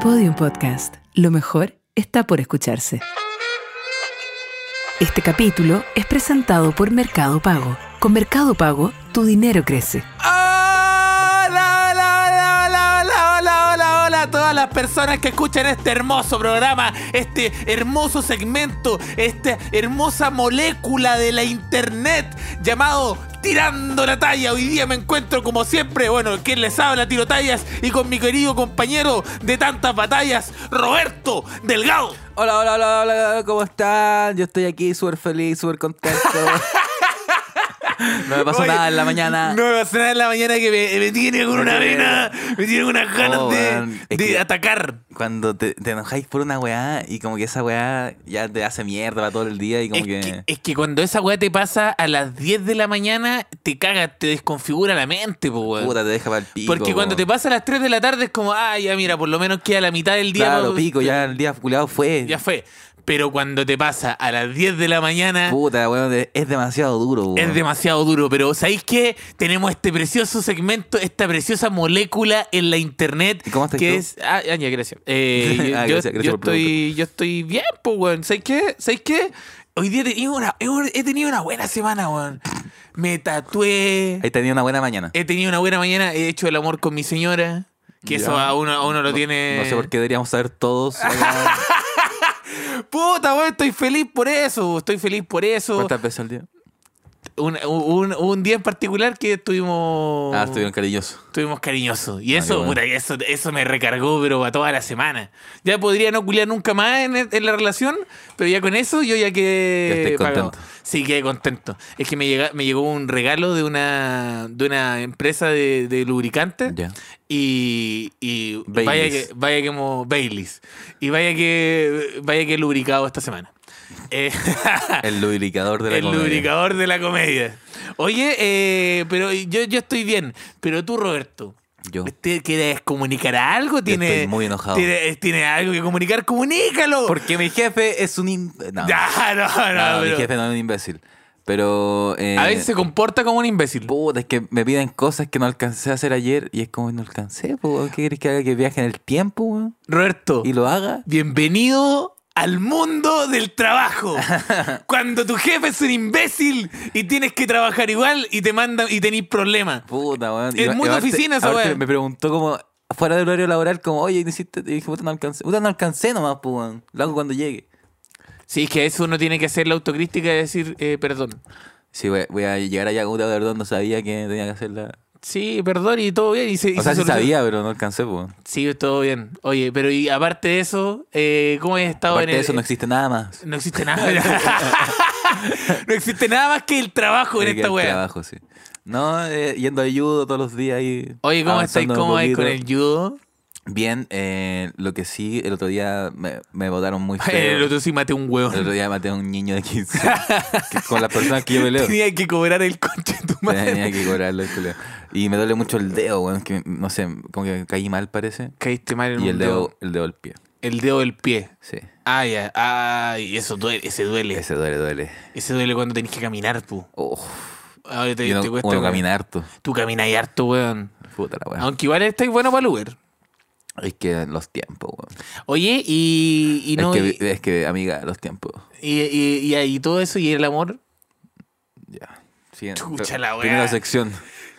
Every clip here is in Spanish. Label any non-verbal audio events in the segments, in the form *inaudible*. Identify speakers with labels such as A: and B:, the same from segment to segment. A: Podium Podcast. Lo mejor está por escucharse. Este capítulo es presentado por Mercado Pago. Con Mercado Pago, tu dinero crece.
B: Hola, hola, hola, hola, hola, hola, hola, hola a todas las personas que escuchan este hermoso programa, este hermoso segmento, esta hermosa molécula de la internet llamado Tirando la talla. Hoy día me encuentro como siempre, bueno, quien les habla, tiro tallas, y con mi querido compañero de tantas batallas, Roberto Delgado.
C: Hola, hola, hola, hola, hola, ¿cómo están? Yo estoy aquí súper feliz,
B: *laughs*
C: súper contento. no me pasó
B: Oye,
C: nada en la mañana.
B: No me pasó nada en la mañana que me, me tiene con una vena, me tiene con unas ganas
C: Oh,
B: de,
C: weón, es
B: de
C: que-
B: atacar.
C: Cuando te, te enojáis por una weá y como que esa weá ya te hace mierda para todo el día y como
B: Es
C: que...
B: que, es que cuando esa weá te pasa a las 10 de la mañana, te caga, te desconfigura la mente, po, weón.
C: Puta, te deja para el pico.
B: eh, Porque cuando te pasa
C: pasa
B: a las 3 de la tarde es como, ah, ya mira, por lo menos queda la mitad del día.
C: Claro,
B: pa-
C: pico, ya el día culiado fue.
B: Ya fue. Pero cuando te pasa a las 10 de la mañana,
C: Puta, weón, de- es demasiado duro, weón.
B: es demasiado duro. Pero ¿sabéis qué? Tenemos este precioso segmento, esta preciosa molécula en la internet.
C: ¿Y cómo estás
B: que
C: tú?
B: es Ah, ah, ya, gracias. Eh, yo,
C: *laughs* Ah,
B: yo-
C: gracias, gracias
B: yo
C: por
B: estoy, yo estoy bien, pues, weón. ¿Sabéis qué? ¿Sabéis qué? Hoy día he tenido una, he tenido una buena semana, weón. Me tatué.
C: Ahí tenía una buena mañana.
B: He tenido una buena mañana. He hecho el amor con mi señora. Que eso
C: Ya.
B: a uno, a uno lo tiene.
C: No sé por qué deberíamos saber todos.
B: *laughs*
C: weón,
B: Puta, weón, estoy feliz por eso. Estoy feliz por eso.
C: ¿Cuántas veces al día?
B: Un, un- un día en particular que estuvimos.
C: Ah,
B: *laughs*
C: estuvieron cariñosos.
B: Estuvimos cariñosos. Y
C: Ah, qué
B: eso,
C: bueno.
B: puta, que eso, eso me recargó, pero a toda la semana. Ya podría no culiar nunca más en, en la relación, pero ya con eso yo ya
C: Ya
B: quedé.
C: estoy
B: pagado.
C: contento.
B: Sí, quedé contento. Es que me, llega, me llegó un regalo de una, de una empresa de, de lubricantes.
C: Ya.
B: Y, y
C: Baileys.
B: vaya que, vaya que mo- Baileys. Y vaya que vaya que lubricado esta semana. Eh,
C: El lubricador *laughs* de la
B: el
C: comedia.
B: lubricador de la comedia. Oye, eh, pero yo, yo estoy bien. Pero tú, Roberto,
C: Yo.
B: ¿te quieres Este comunicar algo? ¿Tiene,
C: estoy muy enojado.
B: ¿tiene, eh, tiene algo que comunicar? ¡Comunícalo!
C: Porque mi jefe es un... im-
B: *laughs*
C: No,
B: Ya, no, no,
C: no, mi
B: pero
C: jefe no es un imbécil. Pero... eh,
B: A veces se comporta como un imbécil.
C: Puta, es que me piden cosas que no alcancé a hacer ayer y es como no alcancé, po, weón. ¿qué querés que haga? Que viaje en el tiempo weón?
B: Roberto,
C: y lo haga.
B: bienvenido al mundo del
C: *laughs*
B: trabajo. Cuando tu jefe es un imbécil y tienes que trabajar igual y te mandan y tenés problemas.
C: Puta, weón.
B: Es muy de oficina esa
C: weón.
B: weá.
C: Me preguntó como fuera del horario laboral, como, oye, ¿no hiciste? Y dije, puta, no alcancé. Puta, no alcancé nomás, po, weón. Lo hago cuando llegue.
B: Sí, es que a eso uno tiene que hacer la autocrítica y decir, eh, perdón.
C: Sí, we- voy a llegar allá, puta, perdón, no sabía que tenía que hacerla.
B: Sí, perdón y todo bien. Y se, y
C: O sea,
B: se
C: sí
B: soluciona.
C: sabía, pero no alcancé, po. weón.
B: Sí, todo bien. Oye, pero y aparte de eso, eh, ¿cómo has estado
C: Aparte
B: en
C: de
B: el-
C: eso, no existe nada más.
B: No existe nada. *laughs* no existe nada más que el trabajo en
C: Tiene que
B: esta
C: haber
B: wea.
C: trabajo, sí. No, eh, yendo a judo todos los días ahí.
B: Oye, ¿cómo estáis?
C: avanzando un
B: ¿Cómo vais
C: poquito.
B: con el judo?
C: Bien, eh, lo que sí, el otro día me, me
B: *laughs*
C: votaron muy feo.
B: El otro sí maté un huevo.
C: El otro día maté a un niño de 15 que- con las personas que yo
B: *laughs*
C: peleo.
B: Tenía que cobrar el coche de tu madre.
C: Tenía que cobrarlo. el culiao. Y me duele mucho el dedo, weón. Que, no sé, como que caí mal parece.
B: Caíste mal en
C: Y
B: un
C: el dedo, el dedo del pie.
B: El dedo del pie.
C: Sí.
B: Ay, ay, ay, eso duele, ese duele.
C: Ese duele, duele.
B: Ese duele cuando tenés que caminar, pu.
C: Uf.
B: Ahora te,
C: Y uno,
B: te cuesta.
C: uno
B: weón.
C: camina Ah. harto.
B: Tú caminas harto, weón.
C: Puta la weón.
B: Aunque igual estáis bueno para el Uber.
C: Es que los tiempos, weón.
B: Oye, y, y no.
C: es,
B: y-
C: que, es que, amiga, los tiempos.
B: Y, y, y ahí todo eso y el amor.
C: Ya. Siguiente.
B: Chucha la weá.
C: Primera sección.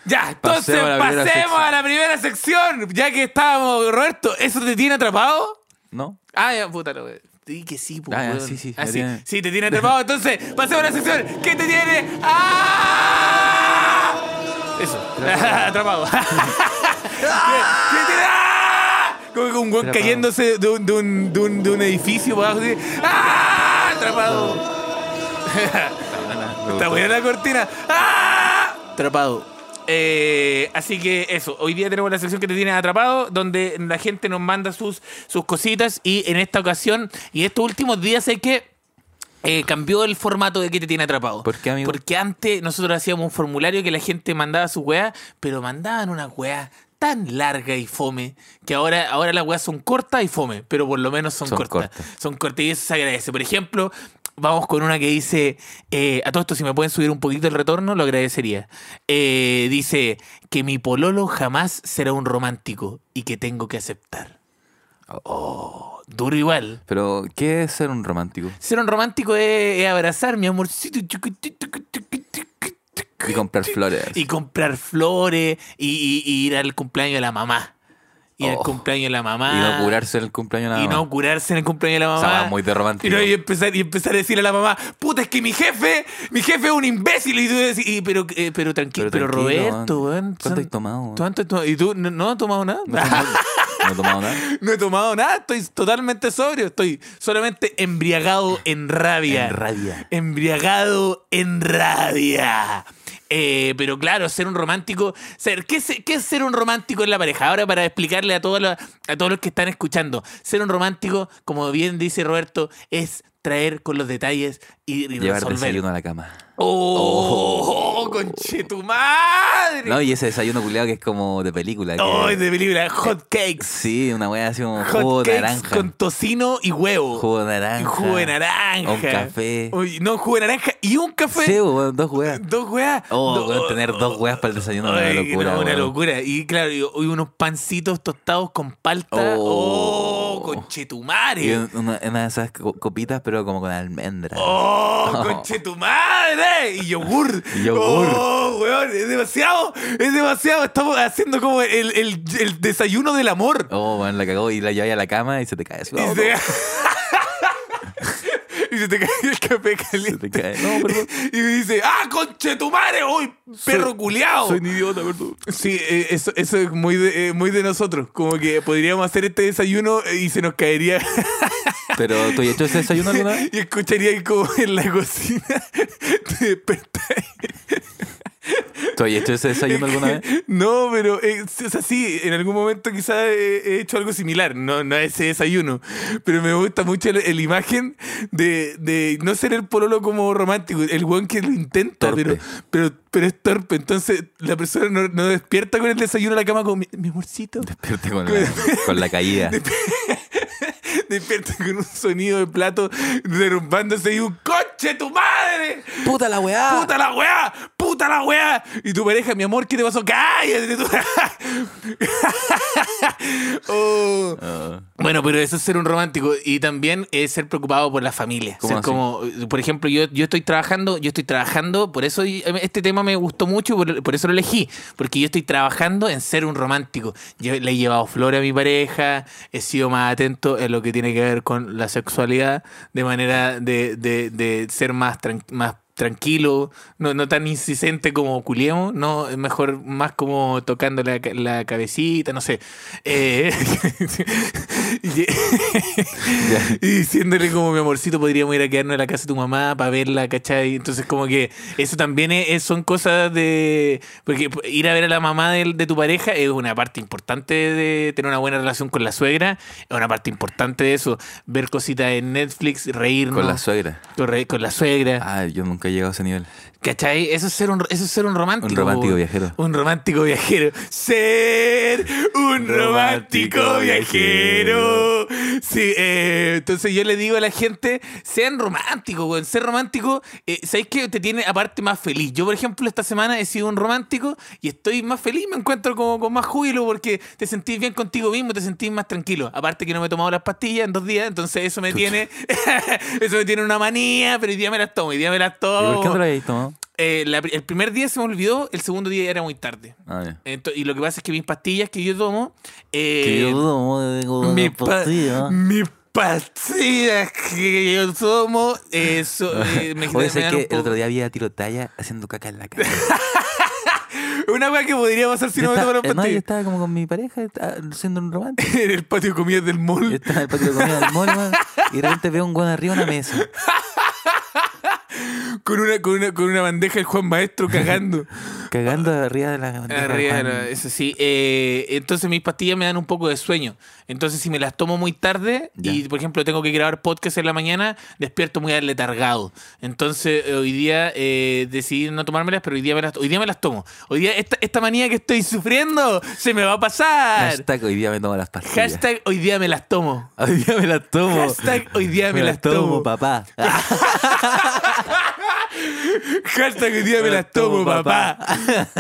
B: Ya, entonces
C: Pasemos a la primera
B: pasemos
C: sección.
B: a la primera sección. Ya que estábamos, Roberto, ¿eso te tiene atrapado?
C: ¿No?
B: Ah, ya, puta, lo Te dije que sí, pues.
C: Ah, ya,
B: weón.
C: sí, sí,
B: Ah,
C: me
B: sí.
C: tiene-
B: Sí, te tiene atrapado. Entonces, pasemos a la sección. ¿Qué te tiene? ¡Ah! Eso. *laughs* Atrapado. ¿Qué, qué tiene? ¡Ah! Como que un weón
C: Atrapado.
B: cayéndose de un, de un, de un, de un edificio para abajo. así. ¡Ah! Atrapado. Está buena la cortina. ¡Ah! Atrapado. Eh, así que eso, hoy día tenemos la sección que te tiene atrapado, donde la gente nos manda sus, sus cositas y en esta ocasión y estos últimos días es que eh, cambió el formato de que te tiene atrapado.
C: ¿Por qué, amigo?
B: Porque antes nosotros hacíamos un formulario que la gente mandaba su weá, pero mandaban una weá tan larga y fome que ahora, ahora las weas son cortas y fome, pero por lo menos son,
C: Son
B: cortas.
C: cortas.
B: Son cortas y eso se agradece. Por ejemplo, vamos con una que dice, eh, a todo esto si me pueden subir un poquito el retorno, lo agradecería. Eh, dice que mi pololo jamás será un romántico y que tengo que aceptar. Oh, duro igual.
C: Pero, ¿qué es ser un romántico?
B: Ser un romántico es, es abrazar, mi amorcito. Y
C: Y comprar flores.
B: Y comprar flores y, y- y ir al cumpleaños de la mamá. Ir al
C: Oh.
B: cumpleaños de la mamá.
C: Y no curarse en el cumpleaños nada
B: Y no
C: más.
B: curarse en el cumpleaños de la
C: Esa
B: mamá.
C: weá es muy de romántico.
B: Y, no, y empezar, y empezar a decirle a la mamá, puta, es que mi jefe, mi jefe es un imbécil. Y tú decís, y, pero, eh, pero tranquilo, pero,
C: Pero tranquilo,
B: Roberto,
C: weón.
B: weón.
C: ¿Cuánto
B: son-
C: has tomado, weón?
B: ¿Cuánto has tomado? ¿Y tú no, no has tomado nada?
C: No he tomado- no he tomado nada.
B: *laughs* No he tomado nada, estoy totalmente sobrio, estoy solamente embriagado en rabia.
C: En rabia.
B: Embriagado en rabia. Eh, pero claro, ser un romántico. Ser, ¿qué, es, qué es ser un romántico en la pareja? Ahora, para explicarle a, todos los- a todos los que están escuchando, ser un romántico, como bien dice Roberto, es traer con los detalles y, y
C: Llevar
B: resolver.
C: desayuno a la cama.
B: ¡Oh! ¡Conche tu madre!
C: No, y ese desayuno culiado que es como de película. que-
B: ¡Ay, de película! Hot cakes.
C: Sí, una wea así como
B: Hot
C: jugo de
B: cakes
C: naranja.
B: con tocino y huevo.
C: Jugo de naranja.
B: Jugo de naranja.
C: Un café.
B: Uy, no, jugo de naranja y un café.
C: Sí, weón, dos weas.
B: Dos weas.
C: Oh,
B: Do-
C: weón, tener dos weas para el desayuno es una
B: Ay,
C: locura.
B: no, una
C: weón.
B: locura. Y claro, y, y unos pancitos tostados con palta. Oh,
C: Oh. Y
B: conchetumare.
C: un- una, una de esas co- copitas, pero como con almendras. *laughs*
B: Oh, conchetumare. Y yogur.
C: Y *laughs* yogur.
B: Oh, weón, es demasiado. Es demasiado. Estamos haciendo como el, el- el desayuno del amor.
C: Oh, weón, la cagó y la lleváis a la cama y se te cae. así,
B: Y se, *laughs*
C: oh,
B: te... y se te cae el café
C: Se
B: caliente.
C: te cae. *laughs* No, perdón.
B: *laughs* Y me dice, ¡ah, conche tu madre! ¡Uy, perro culiao!
C: Soy un idiota, perdón.
B: Sí, eh, eso, eso es muy de, eh, muy de nosotros. Como que podríamos hacer este desayuno eh, y se nos caería.
C: Pero tú has hecho ese desayuno alguna vez?
B: *laughs* y escucharía como en la cocina *laughs* te despertáis.
C: ¿Tú has hecho ese desayuno alguna vez?
B: No, pero eh, o sea, sí, en algún momento quizás he, he hecho algo similar, no, no ese desayuno, pero me gusta mucho la imagen de, de no ser el pololo como romántico, el weón que lo intenta,
C: Torpe.
B: pero, pero, pero es torpe, entonces la persona no, no despierta con el desayuno a la cama con mi, mi amorcito,
C: Espérate con *laughs* la, con la caída.
B: *laughs* despierta con un sonido de plato derrumbándose y un coche, tu madre.
C: ¡Puta la weá!
B: ¡Puta la weá! ¡Puta la weá! Y tu pareja, mi amor, ¿qué te pasó? ¡Cállate! tú! *laughs* Oh.
C: Ah.
B: Bueno, pero eso es ser un romántico y también es ser preocupado por la familia.
C: ¿Cómo
B: Ser
C: así?
B: como, eh, por ejemplo, yo, yo estoy trabajando, yo estoy trabajando, por eso y- este tema me gustó mucho, y por, por eso lo elegí, porque yo estoy trabajando en ser un romántico. Yo le he llevado flores a mi pareja, he sido más atento en lo que tiene que ver con la sexualidad, de manera de, de- de ser más, tran- más tranquilo, no, no tan insistente como culiemos, no, mejor más como tocando la, ca- la cabecita, no sé. Eh, *laughs* y- *laughs* y diciéndole como mi amorcito podríamos ir a quedarnos en la casa de tu mamá para verla, ¿cachai? Entonces como que eso también es, son cosas de... Porque ir a ver a la mamá del- de, tu pareja es una parte importante de tener una buena relación con la suegra, es una parte importante de eso, ver cositas en Netflix, reírnos.
C: *laughs* Con la suegra.
B: corre- con la suegra.
C: Ah, yo nunca he llegado a ese nivel.
B: ¿Cachai? Eso es ser un, eso es ser un romántico.
C: Un romántico
B: po.
C: viajero.
B: Un romántico viajero. Ser un romántico,
C: romántico
B: viajero. Sí, eh, entonces yo le digo a la gente, sean románticos, weón. Ser romántico, eh, ¿sabéis que te tiene aparte más feliz? Yo, por ejemplo, esta semana he sido un romántico y estoy más feliz, me encuentro como con más júbilo porque te sentís bien contigo mismo, te sentís más tranquilo. Aparte que no me he tomado las pastillas en dos días, entonces eso me tiene, *laughs* eso me tiene una manía, pero hoy día me las tomo, hoy día me las
C: ¿Y
B: tomo.
C: por qué no lo habéis tomado?
B: Eh, la pri- el primer día se me olvidó, el segundo día ya era muy tarde.
C: Ah, ya.
B: Ento- y lo que pasa es que mis pastillas que yo tomo. eh,
C: Que yo tomo de como
B: mi
C: una pastilla.
B: pa- mis pastillas que yo tomo. eh,
C: *laughs*
B: so- eh, me,
C: Oye,
B: me
C: sé
B: dan
C: que
B: un
C: el
B: poco-
C: otro día había tirotalla haciendo caca en la cara.
B: Una cosa que podría pasar si no me tomo las
C: eh, no, yo
B: pastillas.
C: estaba como con mi pareja ah, siendo un
B: *laughs*
C: romántico.
B: en el patio de comidas del
C: Yo
B: mall.
C: estaba en el patio de comida del mall, weón, y de repente veo un weón arriba de una mesa.
B: Con una, con, una, con una bandeja el Juan Maestro
C: *laughs*
B: cagando.
C: Cagando arriba de la bandeja,
B: Arriba,
C: weón.
B: no, Ah, eso sí. Eh, entonces mis pastillas me dan un poco de sueño. Entonces si me las tomo muy tarde
C: Ya.
B: y por ejemplo tengo que grabar podcast en la mañana, despierto muy letargado. Entonces eh, hoy día eh, decidí no tomármelas, pero hoy día me las, hoy día me las tomo. Hoy día esta, esta manía que estoy sufriendo se me va a pasar. Hashtag,
C: Hashtag hoy día me tomo las pastillas.
B: hoy día me las *laughs* tomo.
C: Hoy día me las tomo.
B: Hashtag hoy día me, las tomo.
C: papá. Ah,
B: Hashtag hoy día me las tomo,
C: *laughs*
B: papá.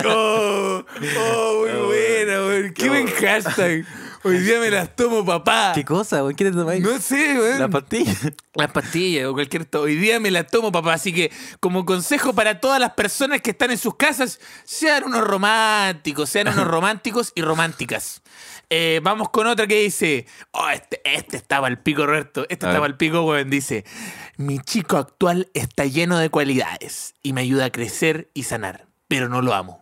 B: Oh, oh, muy buena, weón. Qué buen hashtag. Hoy día me las tomo, papá.
C: ¿Qué cosa, weón? ¿Qué te tomáis?
B: No sé, weón.
C: La pastilla.
B: Las pastillas o cualquier... to- Hoy día me las tomo, papá. Así que, como consejo para todas las personas que están en sus casas, sean unos románticos, sean
C: *laughs*
B: unos románticos y románticas. Eh, vamos con otra que dice... Oh, este, este estaba al pico, Roberto. Este
C: A
B: estaba
C: ver.
B: al pico, weón. Dice, mi chico actual está lleno de cualidades y me ayuda a crecer y sanar, pero no lo amo.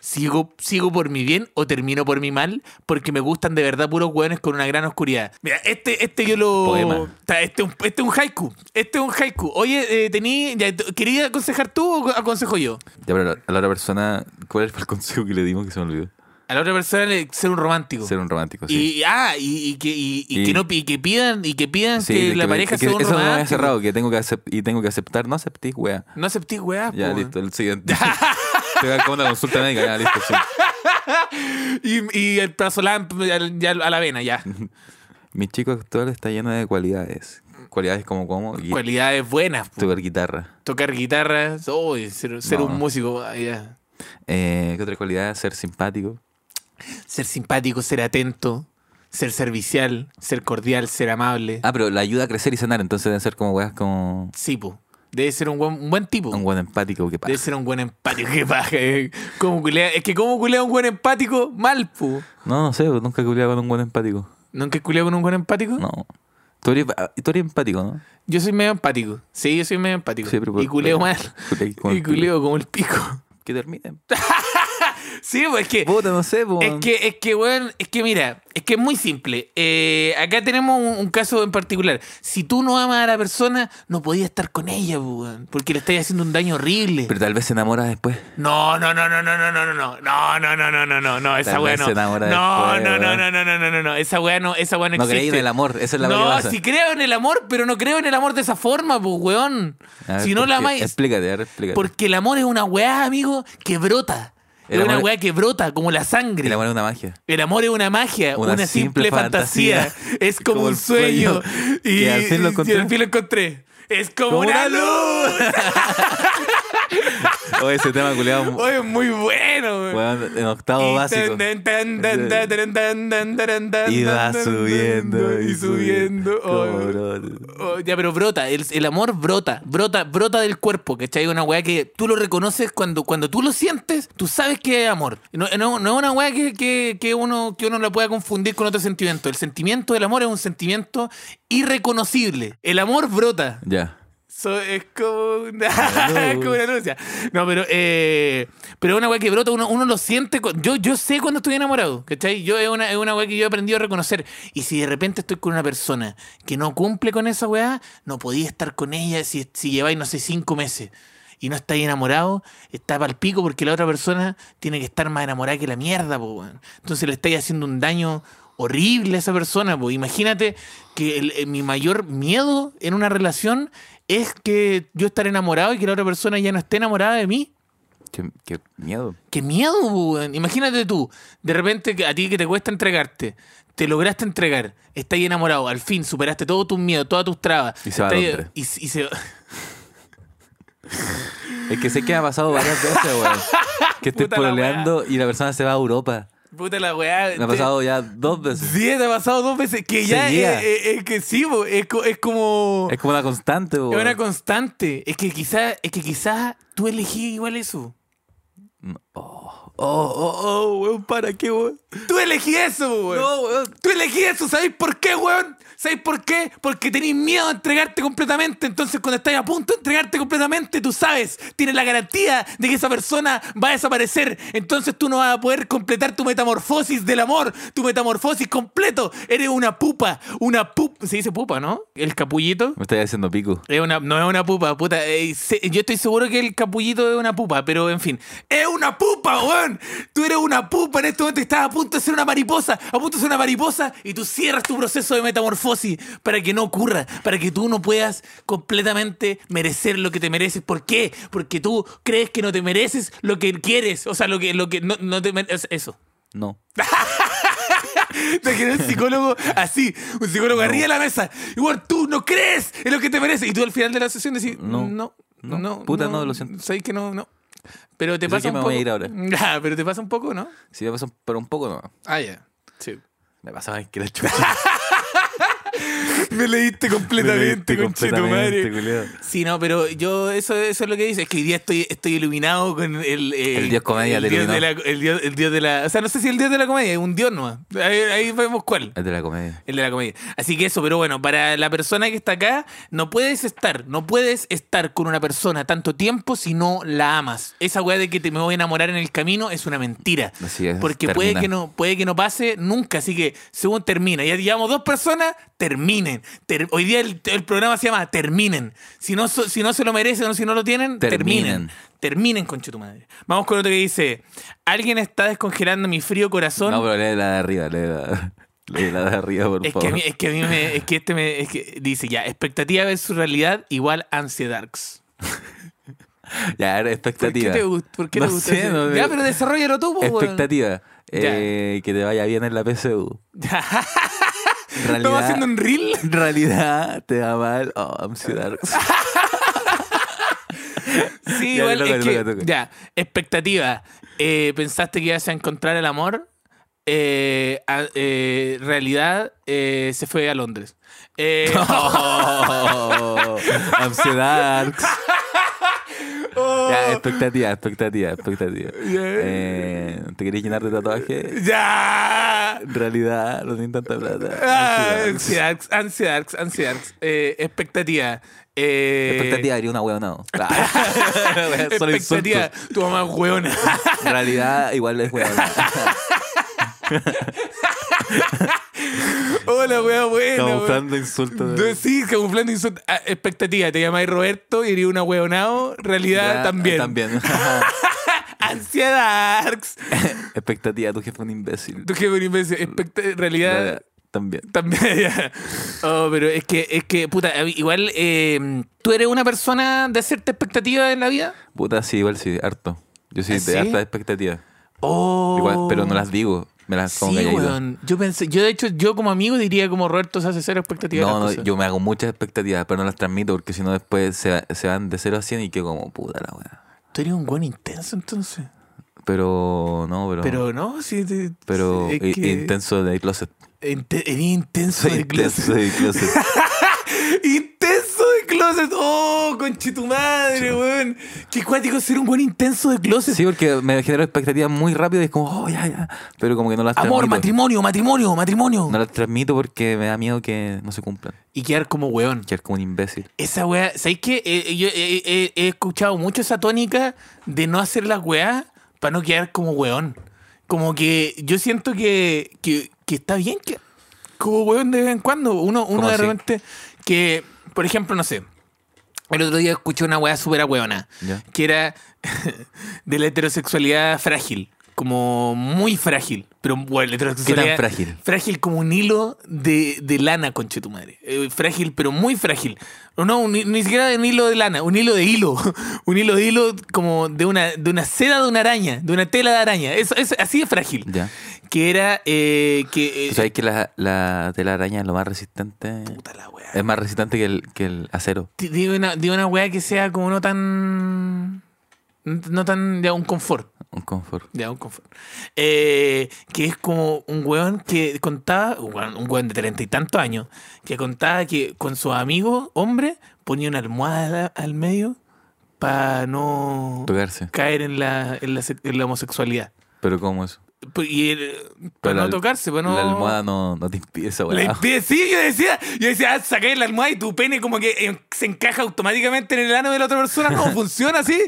B: Sigo, sigo por mi bien o termino por mi mal porque me gustan de verdad puros hueones con una gran oscuridad. Mira, este, este yo lo.
C: Poema.
B: Ta- Este es un, este es un haiku. Este es un haiku. Oye, eh, tení. ya, t- ¿Quería aconsejar tú o aconsejo yo?
C: Ya, pero a la otra persona, ¿cuál fue el consejo que le dimos que se me olvidó?
B: A la otra persona le- ser un romántico.
C: Ser un romántico,
B: y,
C: sí.
B: y- ah, y, y que, y, y
C: Y-
B: que no, pi- y que pidan, y que pidan
C: Sí,
B: que
C: de
B: la
C: me-
B: pareja
C: que
B: sea un
C: Eso no me había
B: romántico.
C: cerrado, que tengo que, acep- y tengo que aceptar. No aceptís, wea.
B: No aceptí weá,
C: Ya,
B: po,
C: listo, el siguiente. *laughs* Te da como una consulta médica, ya, listo, sí.
B: Y, y el plazolán al- ya a la vena,
C: *laughs*
B: ya.
C: Mi chico actual está lleno de cualidades. Cualidades como como gui-
B: Cualidades buenas. po.
C: tocar guitarra.
B: Tocar guitarra, oh, ser, ser
C: No.
B: un músico, ah, ya.
C: Eh, ¿Qué otra cualidad? Ser simpático.
B: ser simpático, ser atento, ser servicial, ser cordial, ser amable.
C: Ah, pero la ayuda a crecer y sanar, entonces deben ser como weas como
B: Sí, po. Debe ser un buen, un buen tipo.
C: un buen empático que
B: Debe
C: pasa.
B: ser un buen empático. *laughs* Qué paja, eh. ¿Cómo culea? Es que como culea un buen empático, mal, po.
C: No, no sé, pues, nunca he culiado con un buen empático.
B: ¿Nunca he culeado con un buen empático?
C: No. Tú eres, tú eres empático, ¿no?
B: Yo soy medio empático. Sí, yo soy medio empático.
C: Sí, pero-
B: y culeo mal.
C: Culeas como
B: y
C: el-
B: culeo como el pico. *laughs*
C: Que terminen.
B: Sí, pues es que...
C: Puta, no sé, po.
B: Es que, es que, weón, es que mira, es que es muy simple. Eh, acá tenemos un, un caso en particular. Si tú no amas a la persona, no podías estar con ella, weón, porque le estás haciendo un daño horrible.
C: Pero tal vez se enamora después.
B: No, no, no, no, no, no, no, no, no, no, no, no, no, no, no, no, esa
C: Tal
B: weá
C: vez
B: no.
C: se
B: No,
C: enamora
B: no,
C: después,
B: no, no,
C: weón.
B: no, no, no, no, no, esa weá no, esa weá no
C: No
B: existe.
C: creí en el amor, esa es la
B: No,
C: verdad.
B: sí creo en el amor, pero no creo en el amor de esa forma, pues, weón. Si no la amáis,
C: Explícate, a ver, explícate.
B: porque el amor es una weá, amigo, que brota.
C: El
B: Es una
C: amor-
B: weá que brota, como la sangre.
C: El amor es una magia.
B: El amor es una magia, una,
C: Una
B: simple,
C: simple
B: fantasía.
C: fantasía.
B: Es como, un sueño. Y,
C: que al fin lo
B: y
C: encontré.
B: al fin lo encontré. Es como,
C: ¡Como
B: una
C: una
B: luz.
C: *laughs* O ese tema culiado.
B: Oye, muy bueno. güey.
C: Weón, en
B: Y
C: octavo básico.
B: tan, tan, tan, tan, tan, tan, tan, tan, tan,
C: Y va
B: tan,
C: subiendo
B: y subiendo.
C: Como
B: Oh,
C: brota.
B: oh, ya, pero brota, el, el amor brota, brota, brota del cuerpo, ¿cachai? Una weá que tú lo reconoces cuando, cuando tú lo sientes, tú sabes que es amor. No, no, no es una weá que, que, que uno, que uno la pueda confundir con otro sentimiento. El sentimiento del amor es un sentimiento irreconocible. El amor brota.
C: Ya.
B: So- es como una, es *laughs* como una anuncia. No, pero eh, pero es una weá que brota, uno, uno lo siente. cu- Yo, yo sé cuando estoy enamorado, ¿cachai? Yo, es una, es una weá que yo he aprendido a reconocer. Y si de repente estoy con una persona que no cumple con esa weá, no podía estar con ella si, si lleváis, no sé, cinco meses. Y no estáis enamorado, está pa'l pico porque la otra persona tiene que estar más enamorada que la mierda, po, weón. Entonces le estáis haciendo un daño horrible a esa persona, po. Imagínate que el- eh, mi mayor miedo en una relación es que yo estar enamorado y que la otra persona ya no esté enamorada de mí.
C: Qué, qué miedo.
B: Qué miedo, po, weón. Imagínate tú, de repente que a ti que te cuesta entregarte, te lograste entregar, estás enamorado, al fin superaste todos tus miedos, todas tus trabas.
C: Y se va a
B: Estás-
C: Londres.
B: y- y se- *laughs*
C: Es que sé que ha pasado varias veces, weón. Que estoy
B: Puta la
C: pololeando y la persona se va a Europa.
B: Puta la weá.
C: Me ha
B: te-
C: pasado ya dos veces.
B: Sí, te ha pasado dos veces. Que ya
C: Seguida.
B: es, es- es que sí, bo, es, co- es como.
C: Es como una constante,
B: Es una
C: weón.
B: constante. Es que quizás es que quizás tú elegí igual eso.
C: Oh, oh, oh, weón, para qué, weón.
B: Tú elegí eso, bo, weón.
C: No, weón.
B: Tú elegí eso, ¿sabéis por qué, weón? ¿Sabéis por qué? Porque tenéis miedo a entregarte completamente. Entonces, cuando estáis a punto de entregarte completamente, tú sabes, tienes la garantía de que esa persona va a desaparecer. Entonces, tú no vas a poder completar tu metamorfosis del amor, tu metamorfosis completo. Eres una pupa, una pupa. Se dice pupa, ¿no? El capullito.
C: Me estáis haciendo pico.
B: Es una- no es una pupa, puta. eh, se- yo estoy seguro que el capullito es una pupa, pero en fin. ¡Es una pupa, weón! Tú eres una pupa en este momento y estás a punto de ser una mariposa, a punto de ser una mariposa, y tú cierras tu proceso de metamorfosis para que no ocurra, para que tú no puedas completamente merecer lo que te mereces. ¿Por qué? Porque tú crees que no te mereces lo que quieres, o sea, lo que, lo que no, no te mereces. Eso.
C: No.
B: Te quedó un psicólogo así, un psicólogo arriba de la mesa. Igual tú no crees en lo que te mereces. Y tú al final de la sesión decís, no,
C: No,
B: no, no.
C: no, puta, no, lo siento.
B: Sabes que no, no. Pero te
C: Sé
B: pasa
C: que
B: un *laughs*
C: me
B: poco.
C: voy a ir ahora.
B: Ah, pero te pasa un poco, ¿no?
C: Si me pasó, pero un poco no.
B: Ah, ya. Sí.
C: Me pasaban *laughs* que la chucha.
B: Me
C: *laughs*
B: leíste completamente,
C: Me leíste completamente,
B: conchetumare.
C: culiao.
B: Sí, no, pero yo, eso, eso es lo que dice. Es que hoy día estoy, estoy iluminado con el. eh,
C: El dios comedia
B: el
C: te
B: dios,
C: iluminó.
B: de la, el, dios, el dios de la. O sea, no sé si el dios de la comedia, es un dios nomás. Ahí, ahí vemos cuál.
C: Es de la comedia.
B: El de la comedia. Así que eso, pero bueno, para la persona que está acá, no puedes estar, no puedes estar con una persona tanto tiempo si no la amas. Esa weá de que te me voy a enamorar en el camino es una mentira.
C: Así es,
B: Porque puede
C: termina.
B: que no, puede que no pase nunca. Así que, según termina, ya digamos dos personas, terminen. Ter- hoy día el, el programa se llama Terminen. Si no, so- si no se lo merecen o si no lo tienen, terminen.
C: Terminen.
B: Terminen, concha tu madre. Vamos con otro que dice: Alguien está descongelando mi frío corazón.
C: No, pero lee la de arriba, lee la, lee la de arriba, por
B: Es que,
C: favor.
B: a mí, es que a mí me. Es que este me. Es que dice ya, expectativa versus realidad igual ansiedad.
C: Ya,
B: ¿Por
C: era
B: qué
C: expectativa.
B: te, gust- por qué te
C: No
B: gusta?
C: sé,
B: ese?
C: no,
B: ya,
C: me-
B: pero desarrollalo tú, po, weón.
C: Expectativa. Eh, que te vaya bien en la PSU.
B: *laughs* Estamos
C: Realidad-
B: haciendo un reel.
C: En *laughs* realidad te va mal. Oh, I'm so
B: *laughs*
C: dark.
B: Sí,
C: Ya,
B: igual.
C: toca,
B: es
C: toca,
B: que-
C: toca.
B: Ya, expectativa. Eh, ¿Pensaste que ibas a encontrar el amor? Eh, a- eh, realidad eh, se fue a Londres. Eh,
C: *laughs* Oh, I'm so dark.
B: Oh.
C: Ya, expectativa, expectativa, expectativa. Eh, ¿Te querés llenar de tatuaje?
B: *laughs* ¡Ya!
C: En realidad no tienen tanta plata.
B: Ah,
C: I'm so dark.
B: ansiedad, ansiedad, ansiedad. Eh, expectativa. Eh,
C: Expectativa diría una wea
B: *laughs*
C: no. *laughs* Solo
B: Expectativa.
C: insultos.
B: Tu mamá es hueona.
C: En realidad igual es wea
B: *laughs* Hola, wea buena. wea.
C: Camuflando insultos.
B: No, Sí, camuflando insultos. Ah, Expectativa. Te llamáis Roberto y eres una hueonao. Realidad
C: Ya,
B: también.
C: También.
B: *laughs*
C: *laughs*
B: Ansiedad.
C: Expectativa, tu jefe es un imbécil.
B: Tu jefe es un imbécil. Expecta- realidad.
C: Realidad, También.
B: También, *laughs* ya. Oh, pero es que, es que, puta, a mí- igual, eh, ¿tú eres una persona de cierta expectativa en la vida?
C: Puta, sí, igual sí, harto. Yo sí,
B: ¿Ah,
C: de
B: sí?
C: harta expectativa.
B: Oh.
C: Igual, pero no las digo. Me las como
B: Sí,
C: calladito.
B: weón. Yo pensé, yo de hecho, yo como amigo diría como Roberto se hace cero expectativa.
C: No, no, yo me hago muchas expectativas, pero no las transmito porque si no después se, se van de 0 a 100 y quedo como puta la weá.
B: Tú eres un buen intenso entonces.
C: Pero no, pero. Pero,
B: Pero no, sí. te- es
C: i-
B: que-
C: intenso de closet. *laughs*
B: inte- eres intenso
C: Soy
B: de
C: intenso
B: closet. *laughs*
C: de closet.
B: ¡Intenso de closet! ¡Oh, conche tu madre, weón! Qué cuático ser un buen intenso de closet.
C: sí, porque me genero expectativas muy rápido y es como, oh, ya, ya. Pero como que no las
B: Amor,
C: transmito.
B: matrimonio, matrimonio, matrimonio.
C: No las transmito porque me da miedo que no se cumplan.
B: Y quedar como weón.
C: Quedar como un imbécil.
B: Esa weá, ¿sabéis qué? Eh, yo eh, eh, he escuchado mucho esa tónica de no hacer las weá para no quedar como weón. Como que yo siento que, que, que está bien que como weón de vez en cuando. Uno, uno
C: ¿Cómo
B: de
C: así?
B: repente que, por ejemplo, no sé. El otro día escuché una weá súper weona,
C: Ya.
B: que era *laughs* de la heterosexualidad frágil, como muy frágil, pero bueno, la heterosexualidad
C: frágil?
B: Frágil como un hilo de, de lana, conche tu madre. Eh, frágil, pero muy frágil. O No, un hi- ni siquiera de un hilo de lana, un hilo de hilo. *laughs* un hilo de hilo como de una, de una seda de una araña, de una tela de araña. Eso, es así de frágil.
C: Ya.
B: Que era eh, que... eh,
C: ¿Tú sabes que la, la telaraña es lo más resistente?
B: puta la wea.
C: Es más resistente que el, que el acero.
B: Di- Digo una, digo una weá que sea como no tan... No tan... Ya, un confort.
C: Un confort.
B: Ya, un confort. Eh, que es como un weón que contaba, un weón, un weón de treinta y tantos años, que contaba que con sus amigos, hombre, ponía una almohada al medio para no
C: Tocarse.
B: caer en la, en la, se- en la homosexualidad.
C: Pero ¿cómo eso?
B: P- Y para
C: Pero
B: no
C: la-
B: tocarse, para no...
C: La
B: *laughs*
C: almohada no, no te impide esa
B: La
C: weá.
B: impide- sí, yo decía, yo decía, ah, sacáis la almohada y tu pene como que eh, se encaja automáticamente en el ano de la otra persona. No funciona así,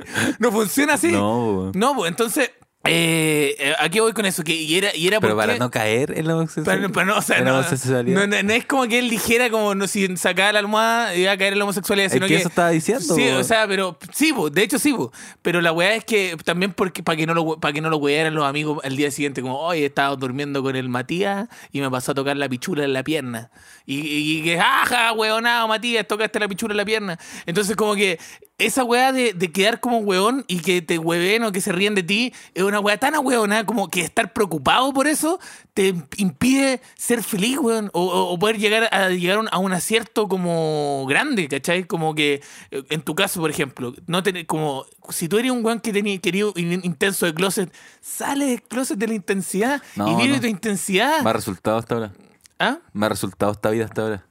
B: no funciona así.
C: *laughs* *laughs* No, weón.
B: No, pues entonces, eh, eh, ¿a qué voy con eso? Que, y era, y era
C: Pero
B: porque-
C: para no caer en la homosexualidad.
B: para- para no, o sea,
C: en
B: no,
C: la homosexualidad.
B: no, no, no es como que él dijera como no, si sacaba la almohada iba a caer en la homosexualidad,
C: Es
B: sino
C: que eso estaba diciendo, pues.
B: Sí,
C: po.
B: o sea, pero sí, po, de hecho sí, po. pero la weá es que también porque para que no lo para que no lo huearan los amigos al día siguiente como, "Oye, estaba durmiendo con el Matías y me pasó a tocar la pichula en la pierna." Y, y- y que, "Ajá, hueonado, Matías, tocaste la pichula en la pierna." Entonces como que esa weá de, de quedar como un weón y que te hueven o que se ríen de ti es una una weá tan ahueonada como que estar preocupado por eso te impide ser feliz, weón. O, o- o poder llegar a llegar a un- a un acierto como grande, ¿cachai? Como que, eh, en tu caso, por ejemplo, no tener como si tú eres un weón que tenía querido in- intenso de closet, sale del closet de la intensidad
C: No,
B: y vive
C: no.
B: tu intensidad.
C: Me ha resultado hasta ahora.
B: ¿Ah?
C: Me ha resultado esta vida hasta ahora.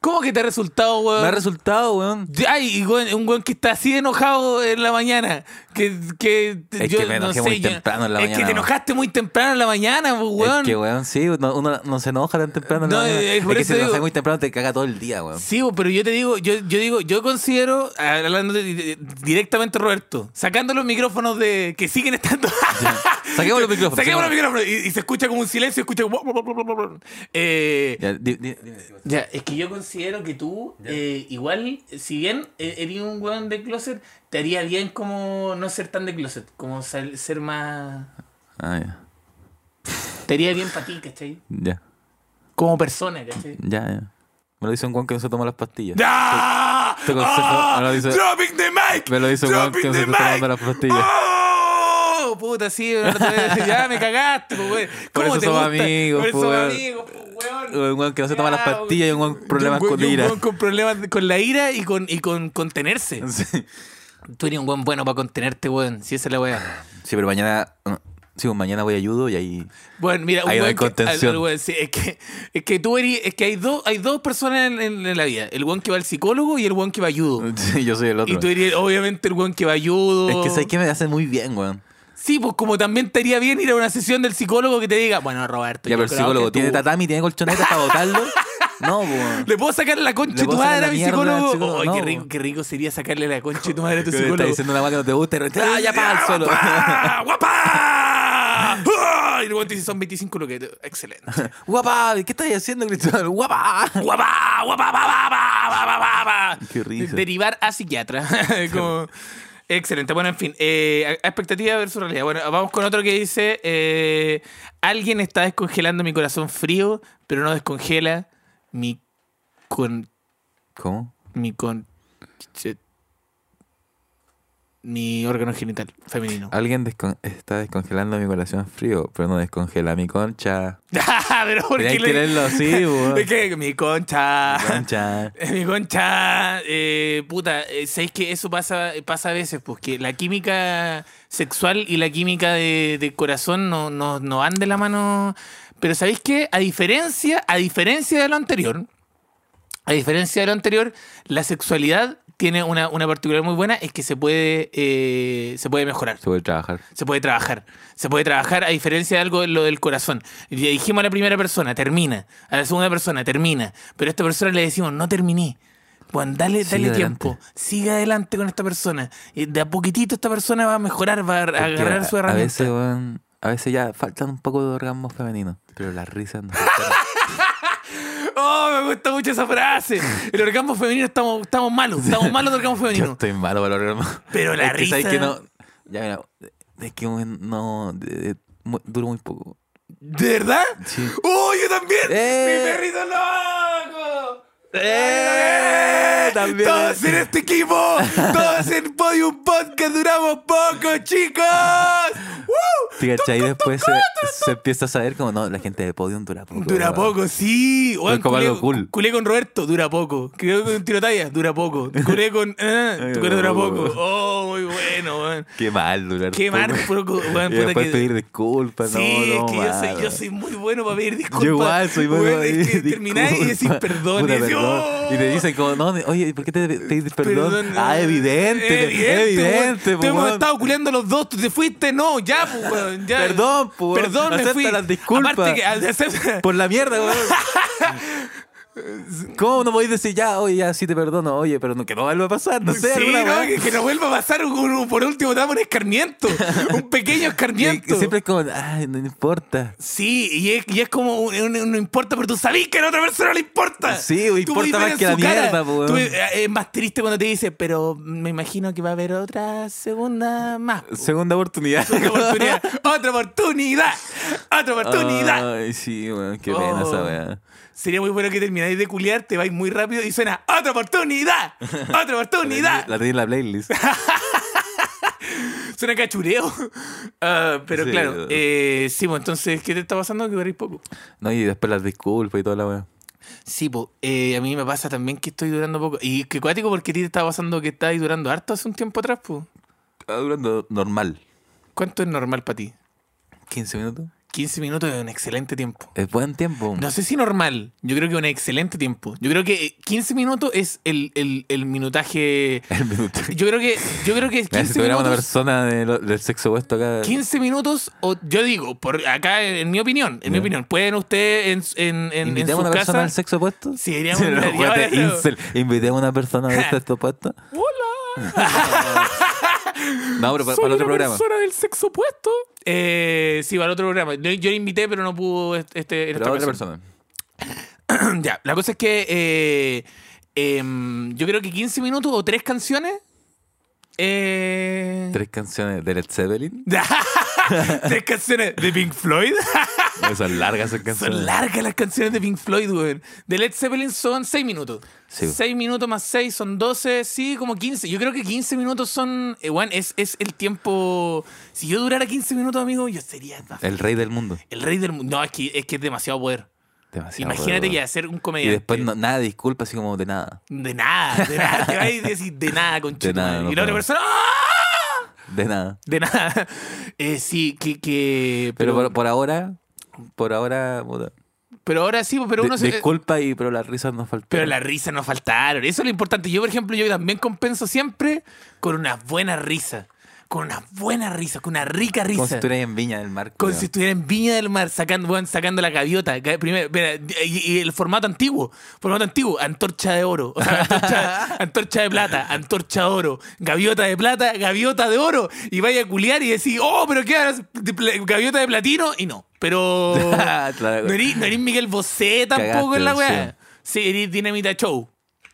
B: ¿Cómo que te ha resultado,
C: Me ha
B: weón?
C: resultado, weón.
B: Ay, y weón, un weón que está así de enojado en la mañana. Que, que
C: Es que me enojé muy temprano en la
B: es que
C: mañana,
B: te
C: weón.
B: enojaste muy temprano en la mañana, pues, weón.
C: Es que, weón, sí, no- uno no se enoja tan temprano. en la
B: No,
C: mañana.
B: es
C: es
B: por
C: que
B: eso
C: si te
B: digo-
C: enojas muy temprano te caga todo el día, weón.
B: Sí, bo, pero yo te digo, yo, yo digo, yo considero, hablando de- de- directamente Roberto, sacando los micrófonos de que siguen estando.
C: Saquemos *laughs* los micrófonos,
B: Saquemos
C: saquemos.
B: los micrófonos. Y, y se escucha como un silencio, escucha como. Eh,
C: Ya, di- di- dime.
B: ya, es que yo considero que tú, eh, igual, si bien eh, eres un weón de closet, te haría bien como no ser tan de closet, como sal- ser más.
C: Ah, ya.
B: Te haría bien para ti, ¿cachai?
C: Ya,
B: Como persona, ¿cachai?
C: ya, ya. Me lo dice un weón que no se toma las pastillas.
B: ¡Ah!
C: Este consejo
B: ¡Ah!
C: me lo dice-
B: ¡Dropping the mic!
C: me lo dice un weón
B: ¡Dropping
C: que no se
B: the
C: está
B: mic!
C: tomando las pastillas.
B: ¡Oh! Puta, sí, una otra vez, ya me cagaste, pues, weón.
C: Por
B: ¿Cómo
C: eso
B: te
C: somos
B: gusta?
C: amigos,
B: Por eso
C: pues,
B: somos
C: weón.
B: amigos, pues, weón.
C: Un weón que no se toma las
B: Ya,
C: pastillas y un weón problemas
B: Y un
C: con
B: weón- y un
C: ira.
B: weón con problemas con la ira y con, y con contenerse.
C: *laughs* Sí.
B: Tú eres un weón bueno para contenerte, weón. Si esa es la weá.
C: Sí, pero mañana. no. Sí, pues mañana voy a ayudo y ahí. *laughs*
B: Bueno, mira, un
C: Ahí no
B: weón
C: hay
B: que-
C: contención.
B: al- al weón, sí, es, que, es que tú eres. Es que hay dos, hay dos personas en, en- en la vida: el weón que va al psicólogo y el weón que va a ayudo.
C: Sí, yo soy el otro.
B: Y tú eres obviamente el weón que va a ayudo.
C: Es que sabes que me hace muy bien, weón.
B: Sí, pues como también te haría bien ir a una sesión del psicólogo que te diga, bueno, Roberto,
C: Ya,
B: yo
C: pero el
B: creo
C: psicólogo
B: que
C: tiene
B: tú-
C: tatami, tiene colchoneta para
B: *laughs*
C: botarlo. No, pues, weón.
B: ¿Le puedo sacar la
C: ¿Le
B: concha de tu
C: puedo sacar
B: madre
C: la
B: a mi
C: mierda al
B: psicólogo?
C: psicólogo?
B: Ay,
C: No,
B: qué,
C: po.
B: rico, qué rico sería sacarle la concha de tu madre a tu
C: Que Está
B: Este psicólogo.
C: diciendo una vaca que no te gusta y de repente, ¡Ah, *laughs* ya para el suelo! *laughs*
B: ¡Guapa! ¡Guapa! ¡Ah! Y luego te dicen, son 25 lo que... Excelente.
C: *laughs* ¡Guapa! ¿Qué estás haciendo, Cristóbal? ¡Guapa!
B: ¡Guapa! ¡Guapa! ¡Guapa! ¡Guapa! ¡Guapa!
C: Qué risa.
B: Derivar a psiquiatra. *laughs* Como- Excelente. Bueno, en fin. eh, a- expectativa versus realidad. Bueno, vamos con otro que dice... eh, Alguien está descongelando mi corazón frío, pero no descongela mi... Con...
C: ¿Cómo?
B: Mi con... che- mi órgano genital femenino.
C: Alguien descon- está descongelando mi corazón frío, pero no descongela mi concha.
B: *laughs* pero ¿por
C: Tenía
B: qué
C: que leerlo así,
B: *laughs*
C: weón.
B: ¿De qué? Mi concha.
C: Concha.
B: *laughs* Mi concha, eh, puta, eh, ¿sabéis que eso pasa, pasa a veces? Porque la química sexual y la química de, de corazón no, no, no van de la mano. Pero ¿sabéis que A diferencia, a diferencia de lo anterior, a diferencia de lo anterior, la sexualidad tiene una, una particularidad muy buena, es que se puede, eh, se puede mejorar.
C: Se puede trabajar.
B: Se puede trabajar. Se puede trabajar a diferencia de algo lo del corazón. Le dijimos a la primera persona, termina. A la segunda persona, termina. Pero a esta persona le decimos, no terminé. Juan, dale,
C: Sigue
B: dale
C: adelante.
B: tiempo. Sigue adelante con esta persona. Y De a poquitito esta persona va a mejorar, va a
C: Porque
B: agarrar
C: a-
B: su
C: A
B: herramienta.
C: veces, weón, a veces ya faltan un poco de orgasmos femeninos, pero las risas no faltan.
B: *laughs* ¡Oh, me gusta mucho esa frase! El orgasmo femenino estamos, estamos malos. Estamos malos de orgasmo
C: *laughs* Yo
B: *laughs* femenino.
C: estoy malo para el orgasmo.
B: Pero la
C: *laughs* es que, ¿sabes
B: risa-
C: que no? Ya, mira, es que weón, no. de- de- mu- duro muy poco.
B: ¿De verdad?
C: Sí.
B: ¡Oh, yo también!
C: ¡Eh!
B: ¡Mi perrito loco!
C: ¡Eh! También.
B: Todos en este equipo, todos en Podium Podcast duramos poco,
C: *laughs*
B: chicos. ¡Woo!
C: ¿Te cachai? Después se, se empieza a saber como, no, la gente de Podium dura poco.
B: Uh, Dura
C: weón.
B: poco, sí. Weón,
C: como
B: culé,
C: algo cool.
B: culé con Roberto, dura poco. Creo que un tiro talla, dura poco. Culé con.
C: *laughs*
B: eh, tu cara dura poco. Oh, muy bueno, weón.
C: Qué mal durar
B: Qué mal, poco, weón,
C: y
B: puta
C: después
B: que-
C: pedir disculpas,
B: sí,
C: no,
B: es
C: no,
B: que yo soy,
C: mal,
B: yo soy muy bueno para pedir disculpas.
C: Yo igual soy muy
B: Weón,
C: bueno.
B: Es que
C: *laughs* Disculpa.
B: termináis y decís perdón.
C: Puta,
B: y, decís,
C: perdón.
B: "Oh".
C: Y te dicen como, no, de- oye, ¿por qué te pedís perdón?
B: Perdón,
C: Ah,
B: eh,
C: evidente,
B: evidente,
C: evidente,
B: weón. Te
C: po,
B: hemos
C: weón.
B: estado culeando los dos, tú te fuiste, no, ya, pues, weón, ya.
C: Perdón, po, weón.
B: Perdón, me
C: Acepta
B: fui.
C: las disculpas.
B: Aparte que, acepta-
C: Por la
B: *laughs*
C: mierda, weón. ¿Cómo no podéis decir ya, oye, ya sí te perdono, oye, pero no, que no vuelva a pasar, no sé,
B: Sí,
C: alguna
B: no,
C: weá.
B: que, que nos vuelva a pasar un- un- por último, damos un escarmiento, un
C: *laughs*
B: pequeño
C: Y-
B: escarmiento.
C: y siempre es como, ay, no importa.
B: Sí, y es, y es como, un- un- no importa, pero tú sabís que a la otra persona le importa.
C: Sí, güey,
B: Tú
C: importa
B: podís ver
C: más
B: en
C: que la
B: su cara.
C: mierda, po, weón.
B: Tú, eh, Es más triste cuando te dice, pero me imagino que va a haber otra segunda más. po".
C: Segunda oportunidad.
B: Otra oportunidad, otra oportunidad, otra oportunidad.
C: *laughs* Ay, sí, weón, qué pena esa
B: Oh.
C: weá.
B: Sería muy bueno que termináis de culiar, te vais muy rápido y suena ¡Otra oportunidad! ¡Otra
C: *laughs* La
B: oportunidad!
C: tenía en la playlist.
B: Suena cachureo. *laughs* Ah, pero
C: Sí.
B: claro, eh, sí, pues, entonces, ¿qué te está pasando? Que duráis poco.
C: No, y después las disculpas y toda la weá.
B: Sí, pues, eh, a mí me pasa también que estoy durando poco. Y que cuático, porque a ti te estaba pasando que estabas durando harto hace un tiempo atrás, pues.
C: Está durando normal.
B: ¿Cuánto es normal para ti?
C: 15 minutos.
B: 15 minutos es un excelente tiempo.
C: Es buen tiempo.
B: No sé si normal, yo creo que un excelente tiempo. Yo creo que eh, 15 minutos es el, el- el minutaje.
C: El minuto.
B: Yo creo que, yo creo que
C: *laughs* Mira, si
B: 15
C: tuviera una
B: minutos.
C: persona de lo- del sexo opuesto acá.
B: 15 minutos, o yo digo, por acá en, en mi opinión, en mi
C: Ya.
B: opinión, pueden ustedes en, en, en, en
C: ¿Invitemos a
B: su
C: una persona
B: casa.
C: del sexo opuesto?
B: Sí, diríamos
C: *laughs* Sí, no,
B: una-
C: weá,
B: ahora
C: de
B: no.
C: incel. ¿Invitemos a una
B: *laughs*
C: persona del sexo opuesto? No, pero para,
B: Soy
C: para el otro
B: una
C: programa.
B: persona del sexo opuesto. Eh, sí, para el otro programa. Yo, yo le invité, pero no pudo este, este- en
C: Pero
B: esta
C: otra
B: ocasión. *clears throat*
C: persona.
B: ya, la cosa es que eh, em, yo creo que 15 minutos o tres canciones. Eh,
C: Tres canciones de Led
B: *laughs*
C: Zeppelin.
B: tres canciones de Pink Floyd. *laughs*
C: Son largas esas canciones.
B: Son largas las canciones de Pink Floyd, güey. De Led Zeppelin son 6 minutos.
C: Sí.
B: 6 minutos más 6 son 12, sí, como 15. Yo creo que 15 minutos son. eh, Juan, es, es el tiempo. Si yo durara 15 minutos, amigo, yo sería más-
C: El rey del mundo.
B: el rey del mundo. No, es que, es que es demasiado poder.
C: Demasiado
B: Imagínate
C: bueno.
B: que hacer un
C: Y
B: comediante.
C: después no- nada de disculpa, así como de nada.
B: De nada, de nada. Te vas y decís
C: *laughs*
B: de nada, conchito.
C: nada, no
B: y la otra
C: puedo.
B: persona. ¡ah!
C: De nada.
B: De nada. *laughs* Eh, sí, que. que
C: Pero, por, por ahora, por ahora, puta,
B: pero ahora sí, pues, pero
C: di-
B: uno se.
C: disculpa y pero las risas nos faltaron.
B: Pero las risas no faltaron. Eso es lo importante. Yo, por ejemplo, yo también compenso siempre con una buena risa. Con una buena risa, con una rica
C: Como
B: risa.
C: si estuvieras en Viña del Mar.
B: Como
C: culiao.
B: si estuviera en Viña del Mar sacando, weón, sacando la gaviota. Ga- Primero, mira, y, y el formato antiguo. Formato antiguo. Antorcha de oro. O sea,
C: *laughs*
B: antorcha, antorcha de plata. Antorcha de oro. Gaviota de plata. Gaviota de oro. Y vaya a culiar y decir, oh, pero ¿qué harás? De pla- Gaviota de platino. Y no. Pero.
C: *laughs* Claro.
B: No eres, no eres Miguel Bosé tampoco
C: Cagaste,
B: en la weá. Sí, eres Dinamita Show.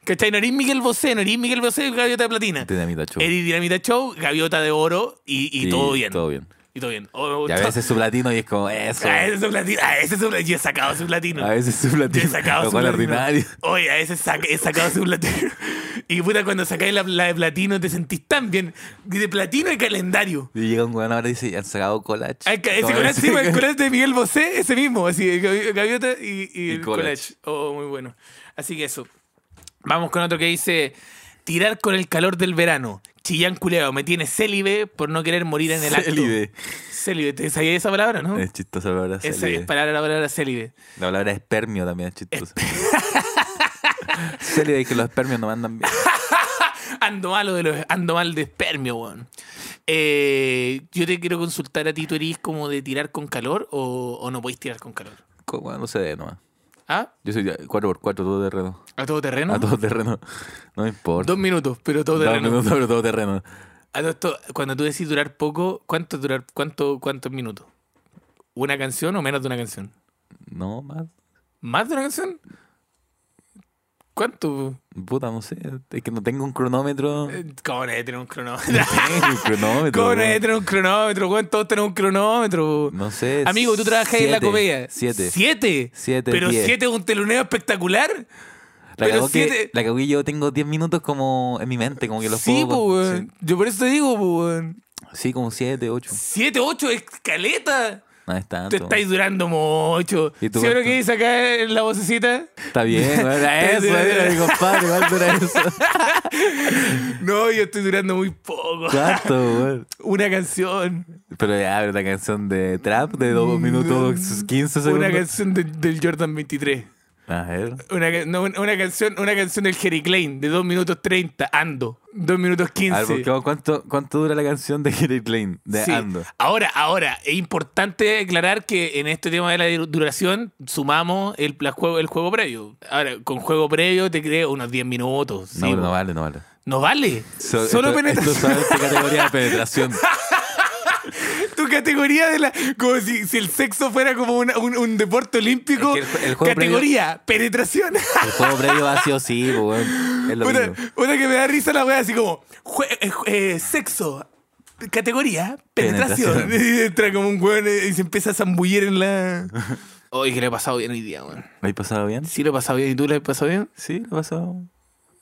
B: ¿Cachai? No eres Miguel Bosé, no eres Miguel Bosé, Gaviota de Platina.
C: Dinamita Show.
B: Eres Dinamita Show, Gaviota de Oro y, y
C: Sí,
B: todo bien.
C: Todo bien.
B: Y todo bien. Oh,
C: Y a
B: to-
C: veces su platino y es como eso.
B: A veces su platino. A veces su platino. Yo he sacado su platino.
C: A veces su platino.
B: Yo he sacado
C: Ah, lo
B: su
C: cual es
B: platino.
C: ordinario.
B: Oye, a veces saca- he sacado su platino. Y puta, cuando sacáis la, la de platino te sentís tan bien. De platino y calendario.
C: Y llega un weón ahora y dice, han sacado collage.
B: Ay, ca- Ese
C: Como *laughs*
B: collage,
C: ese-
B: sí, el collage de Miguel Bosé, ese mismo, así, el gavi- gaviota y, y
C: Y
B: el collage.
C: collage.
B: Oh, muy bueno. Así que eso. Vamos con otro que dice: Tirar con el calor del verano. Chillán culeado, me tiene célibe por no querer morir en el acto.
C: Célibe.
B: Célibe. ¿Te sabías esa palabra, no?
C: Es chistosa la palabra
B: Esa
C: célibe.
B: es palabra, la palabra célibe.
C: La palabra espermio también
B: *laughs*
C: es chistosa. célibe que los espermios no mandan bien.
B: Ando malo de los, ando mal de espermio, weón. Eh, yo te quiero consultar a ti, ¿tú eres como de tirar con calor o, o no podéis tirar con calor?
C: Como, no se ve nomás.
B: ¿Ah?
C: Yo soy 4x4, todo terreno.
B: ¿A todo terreno?
C: A todo terreno. No me importa.
B: ¿Ah, Dos minutos, pero todo
C: Dos
B: terreno.
C: minutos, pero todo terreno.
B: A todo esto, cuando tú decís durar poco, ¿cuánto durar, cuánto, cuántos minutos? ¿Una canción o menos de una canción?
C: No, más.
B: ¿Más de una canción? ¿Cuánto?
C: Puta, no sé. Es que no tengo
B: *laughs*
C: un cronómetro.
B: Eh, ¿Cómo no hay que tener un
C: *laughs*
B: cronómetro?
C: Tengo un cronómetro.
B: ¿Cómo no hay que
C: weón.
B: tener un cronómetro? weón? Todos tenemos un cronómetro.
C: No sé.
B: Amigo, tú trabajas en la
C: siete,
B: comedia.
C: Siete.
B: ¿Siete?
C: Siete,
B: ¿Pero
C: diez.
B: siete es un teloneo espectacular?
C: La
B: pero
C: cagó
B: siete-
C: que, la cagó que yo tengo 10 minutos como en mi mente, como que los
B: sí,
C: puedo.
B: po,
C: con-
B: weón. Yo por eso te digo, po, weón.
C: sí. Sí, como 7, 8.
B: Siete, ocho, escaleta.
C: No es
B: Te
C: tanto.
B: estáis durando mucho.
C: ¿Y tú
B: ¿Sí o no
C: cuánto?
B: que dice acá en la vocecita? *laughs*
C: Está bien, weón, era eso, era mi compadre, igual era eso. *laughs*
B: No, yo estoy durando muy poco.
C: ¿Cuánto, weón?
B: Una canción.
C: Pero ya, pero la canción de Trap de 2 minutos 15 segundos.
B: Mm, Una canción de- del Jordan 23.
C: A ver.
B: Una, ca- no, una- una canción, una canción del Jerry Klein de 2 minutos 30. Ando. 2 minutos
C: A ver,
B: 15.
C: busquemos cuánto, cuánto dura la canción de Gary Klein, de
B: Sí.
C: Ando.
B: Ahora, ahora, es importante aclarar que en este tema de la dur- duración sumamos el, la juego, el juego previo. Ahora, con juego previo te creo unos 10 minutos.
C: No,
B: sí,
C: no
B: po.
C: vale, no vale.
B: No vale.
C: So-
B: Solo
C: esto, esto
B: penetración.
C: es
B: *laughs*
C: solamente categoría de penetración.
B: Tu categoría de la. Como si, si el sexo fuera como una- un, un deporte olímpico.
C: Es que el- el juego
B: categoría, penetración. *laughs*
C: El juego previo ha sido sí, po, weón. Es lo
B: Una,
C: mismo.
B: una que me da risa la wea, así como. jue- eh, ju- eh, sexo. Categoría, penetración.
C: Penetración.
B: *laughs* Y entra como un weón eh, y se empieza a zambullir en la. *laughs* Oye, que le he pasado bien hoy día, weón.
C: ¿Lo he pasado bien?
B: Sí, lo he pasado bien. ¿Y tú lo has pasado bien?
C: Sí, lo he pasado.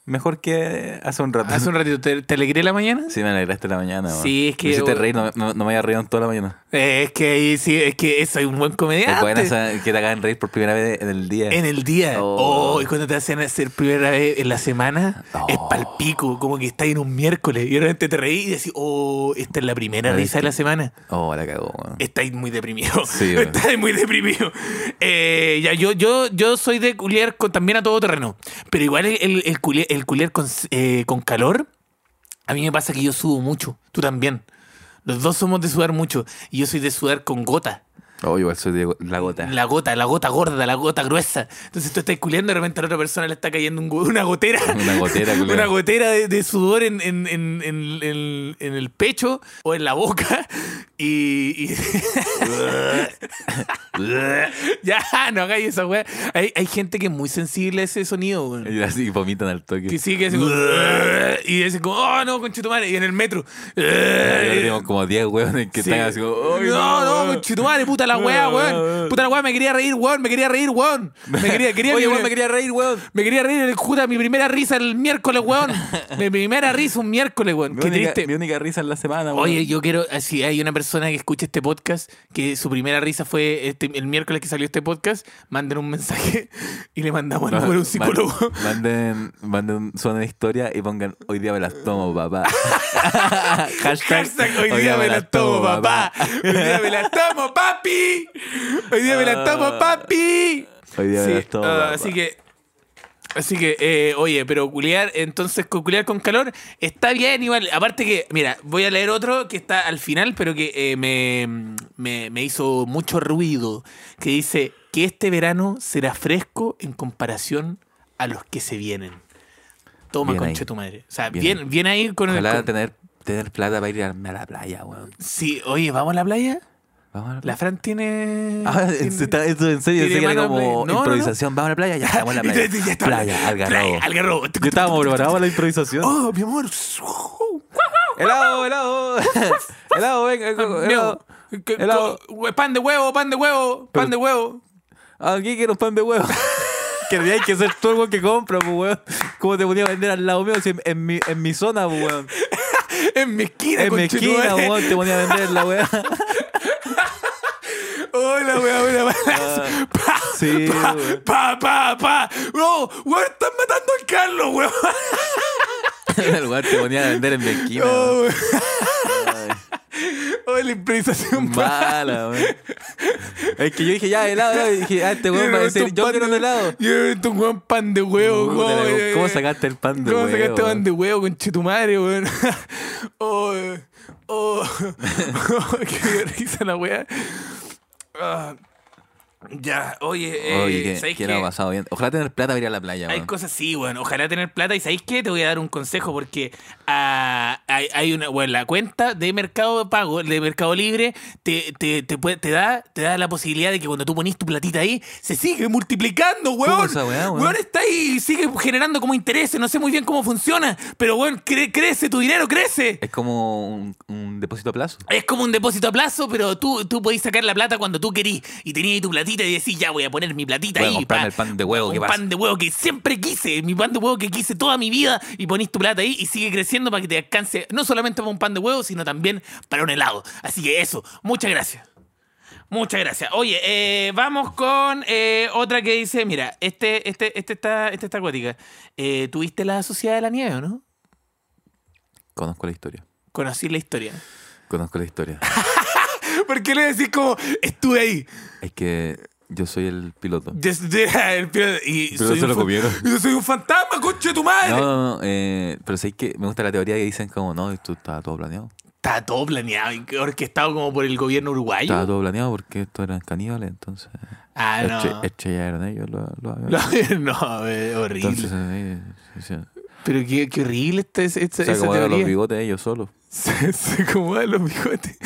C: Mejor que hace un rato.
B: Hace un ratito, ¿te, te alegré la mañana?
C: *laughs* Sí, me alegraste la mañana. weón.
B: Sí, es que-
C: Me hiciste reír, no, no- no me había reído en toda la mañana.
B: Eh, es que ahí sí, es que soy un buen
C: Es
B: comediante.
C: buena esa que te hagan reír por primera vez en el día.
B: En el día.
C: Oh.
B: Oh. y cuando te hacen hacer primera vez en la semana,
C: Oh.
B: es palpico, como que estás en un miércoles y de repente te reís y decís, oh, esta es la primera
C: Ay,
B: risa de la semana.
C: Oh, la cagó, weón.
B: Estáis muy deprimido. *laughs*
C: Sí, güey.
B: Estáis muy deprimido. Eh, ya, yo, yo, yo soy de culiar con- también a todo terreno. Pero igual el, el, el culiar, el culiar con, eh, con calor, a mí me pasa que yo sudo mucho. Tú también. Los dos somos de sudar mucho. Y yo soy de sudar con gota.
C: Oh, igual soy de la gota.
B: La gota, la gota gorda, la gota gruesa. Entonces tú estás culiando y de repente a la otra persona le está cayendo un go- una gotera.
C: *laughs* Una gotera,
B: *laughs*
C: culiao.
B: Una gotera de, de sudor en, en- en- en- en- en el pecho o en la boca. Y. *laughs* y- ya, no hagáis esa weá. Hay, hay gente que es muy sensible a ese sonido, weón.
C: Y así vomitan al toque.
B: Que sí, que hace como, Y dice como, oh no, conchetumare. Y en el metro.
C: Ahora tenemos como 10 hueones que
B: Sí.
C: están así como. "Ay,
B: no, no,
C: weón".
B: conchetumare, puta la weá, weón. Puta la weá, me quería reír, weón, me quería reír, weón. Me quería, quería
C: *laughs* Oye,
B: mi-
C: weón, me quería reír, weón.
B: me quería reír el juta, mi primera risa el miércoles, weón. *laughs* mi primera risa un miércoles, weón.
C: Mi
B: Qué
C: única,
B: triste.
C: mi única risa en la semana, weón.
B: Oye, yo quiero, eh, si hay una persona que escuche este podcast, que su primera risa fue este- el miércoles que salió este podcast, manden un mensaje *laughs* y le mandamos el
C: Ma-
B: número de un *laughs* psicólogo.
C: ma- Manden, manden son de historia y pongan hoy día me las tomo,
B: *laughs*
C: papá. Hashtag,
B: Hashtag, hoy día me la tomo, papá. Hoy día me la tomo, papi. Hoy día me la tomo, papi.
C: Hoy día me las tomo,
B: ah,
C: papá.
B: Así que, así que eh, oye, pero culiar, entonces con culiar con calor está bien igual. Aparte que, mira, voy a leer otro que está al final, pero que eh, me, me, me hizo mucho ruido, que dice que este verano será fresco en comparación a los que se vienen. Toma,
C: Bien ahí.
B: concha tu madre. O sea,
C: Bien
B: bien,
C: ahí.
B: bien, ahí con el...
C: Ojalá
B: con-
C: tener, tener plata para ir a a la playa, weón.
B: Sí, oye, ¿vamos a la playa?
C: Vamos a la
B: La
C: playa.
B: Fran tiene. *laughs*
C: Ah,
B: tiene-
C: se está- eso en serio,
B: tiene
C: pensé que era
B: mano a
C: como
B: play. No, no, no.
C: improvisación. Vamos a la playa, ya estamos en la
B: Y
C: playa.
B: tú- *laughs* ya está.
C: playa, algarrobo.
B: Playa, Algarrobo.
C: Yo estábamos preparados para la improvisación.
B: *laughs* Oh, mi amor.
C: helado, *laughs* helado. helado,
B: *laughs*
C: venga, venga, helado.
B: Mío. Que-
C: helado.
B: co- Pan de huevo, pan de huevo, pan de huevo.
C: Aquí quiero un pan de huevo. que hay que ser tú el weón que compra, pues, weón. ¿Cómo te podía vender al lado mío si en, en mi, en mi zona, pues,
B: *laughs*
C: weón?
B: *laughs* En mi esquina,
C: En mi esquina, pues,
B: conchetumare.
C: weón, te ponía a vender la
B: *laughs*
C: weá.
B: Hola, weón, hola, *laughs* balazo. Pa,
C: sí,
B: *laughs*
C: pues,
B: pa,
C: *laughs* weón.
B: pa, pa, pa. No, weón, están matando al Carlos, weón. *laughs*
C: el weón te ponía a vender en mi esquina.
B: Oh,
C: weón.
B: weón. *laughs* Oh, la improvisación. pa.
C: Mala, weón. Es que yo dije, ya, helado, helado. Y dije, ah, este
B: *laughs* Yo
C: weón va a
B: me meto
C: decir,
B: un
C: yo
B: pan
C: quiero un
B: de-
C: helado.
B: Yo me meto un weón pan de huevo,
C: Puta,
B: weón.
C: weón, ¿Cómo sacaste el pan de
B: ¿Cómo
C: huevo?
B: sacaste pan
C: weón?
B: de huevo con chetumadre, weón? *laughs* oh, eh, oh, *laughs* oh, qué risa la weá. Ah, ya, oye, eh,
C: Oye, que,
B: ¿sabéis
C: que
B: qué?
C: no ha pasado bien. Ojalá tener plata para ir a la playa,
B: Hay
C: weón.
B: cosas, sí, bueno, ojalá tener plata. ¿Y sabéis qué? Te voy a dar un consejo porque ah, hay, hay una, bueno, la cuenta de Mercado de Pago, de Mercado Libre, te, te, te, puede- te da, te da la posibilidad de que cuando tú ponís tu platita ahí, se sigue multiplicando, weón.
C: esa weá, weón?
B: Weón, está ahí y sigue generando como intereses. No sé muy bien cómo funciona, pero weón, cre- crece, tu dinero crece.
C: Es como un, un depósito a plazo.
B: Es como un depósito a plazo, pero tú, tú podés sacar la plata cuando tú querís. Y tenías ahí tu platita y decís, ya voy a poner mi platita
C: Voy a
B: ahí.
C: comprarme
B: pa-
C: el pan de huevo
B: Un
C: que pasa.
B: pan de huevo que siempre quise, mi pan de huevo que quise toda mi vida. Y ponís tu plata ahí y sigue creciendo para que te alcance no solamente para un pan de huevo, sino también para un helado. Así que eso, muchas gracias. Muchas gracias. Oye, eh, vamos con eh, otra que dice, mira, este, este, este está, este está acuática. Eh, ¿Tuviste la Sociedad de la Nieve o no?
C: Conozco la historia.
B: Conocí la historia.
C: Conozco la historia.
B: ¿Por qué le decís como, estuve ahí?
C: es que yo soy el piloto.
B: Yo soy- el pibe- y
C: Pero
B: soy
C: se
B: un
C: lo
B: fa-
C: comieron.
B: Yo soy un fantasma, conche tu madre.
C: No, no, no. eh, pero sé que me gusta la teoría que dicen como, no, esto estaba todo planeado.
B: Está todo planeado, y orquestado como por el gobierno uruguayo.
C: Estaba todo planeado porque estos eran caníbales, entonces...
B: Ah, no.
C: Eche, eche ya eran ellos los los
B: *laughs*
C: aviones.
B: no, eh, horrible.
C: Entonces, eh, sí, sí.
B: Pero qué, qué horrible esta, esta, esta
C: se
B: esa
C: acomodaron los
B: teoría.
C: bigotes ellos solos.
B: *laughs* se, se acomodan los
C: *laughs*
B: bigotes.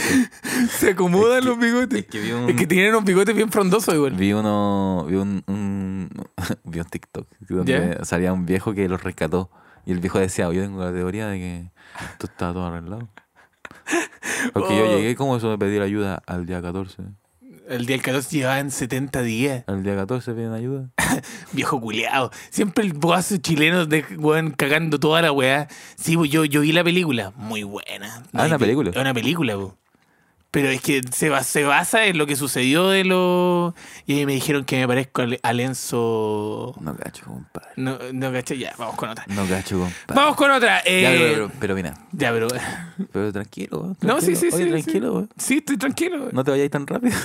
B: se acomodan
C: Es que-
B: los bigotes.
C: *laughs* es que mm. vi un-
B: tienen unos bigotes bien frondosos igual.
C: Vi uno, vi un, un- *laughs* vi un TikTok donde salía un viejo que los rescató y el viejo decía, yo tengo la teoría de que esto
B: *laughs*
C: estaba todo arreglado. Porque yo
B: Oh.
C: llegué como eso de pedir ayuda al día 14.
B: El día del 14 llevaban 70 días.
C: Al día 14 piden ayuda.
B: Viejo culeado. Siempre el boazo chileno de weón cagando toda la weá. Sí, bo, yo, yo vi la película. Muy buena.
C: Ah, ¿una
B: hay pe-
C: película?
B: Es una película, bo. Pero es que se, ba- se basa en lo que sucedió de los. Y ahí me dijeron que me parezco al- a Lenzo.
C: No cacho, compadre.
B: No, no caché, ya, vamos con otra.
C: No cacho, compadre.
B: Vamos con otra. eh,
C: Ya, pero, pero, pero mira,
B: ya, pero- *laughs*
C: pero tranquilo, weón,
B: No, sí,
C: tranquilo.
B: sí,
C: Oye,
B: sí.
C: Tranquilo,
B: sí.
C: weón.
B: Sí, estoy tranquilo.
C: No te vayáis tan rápido.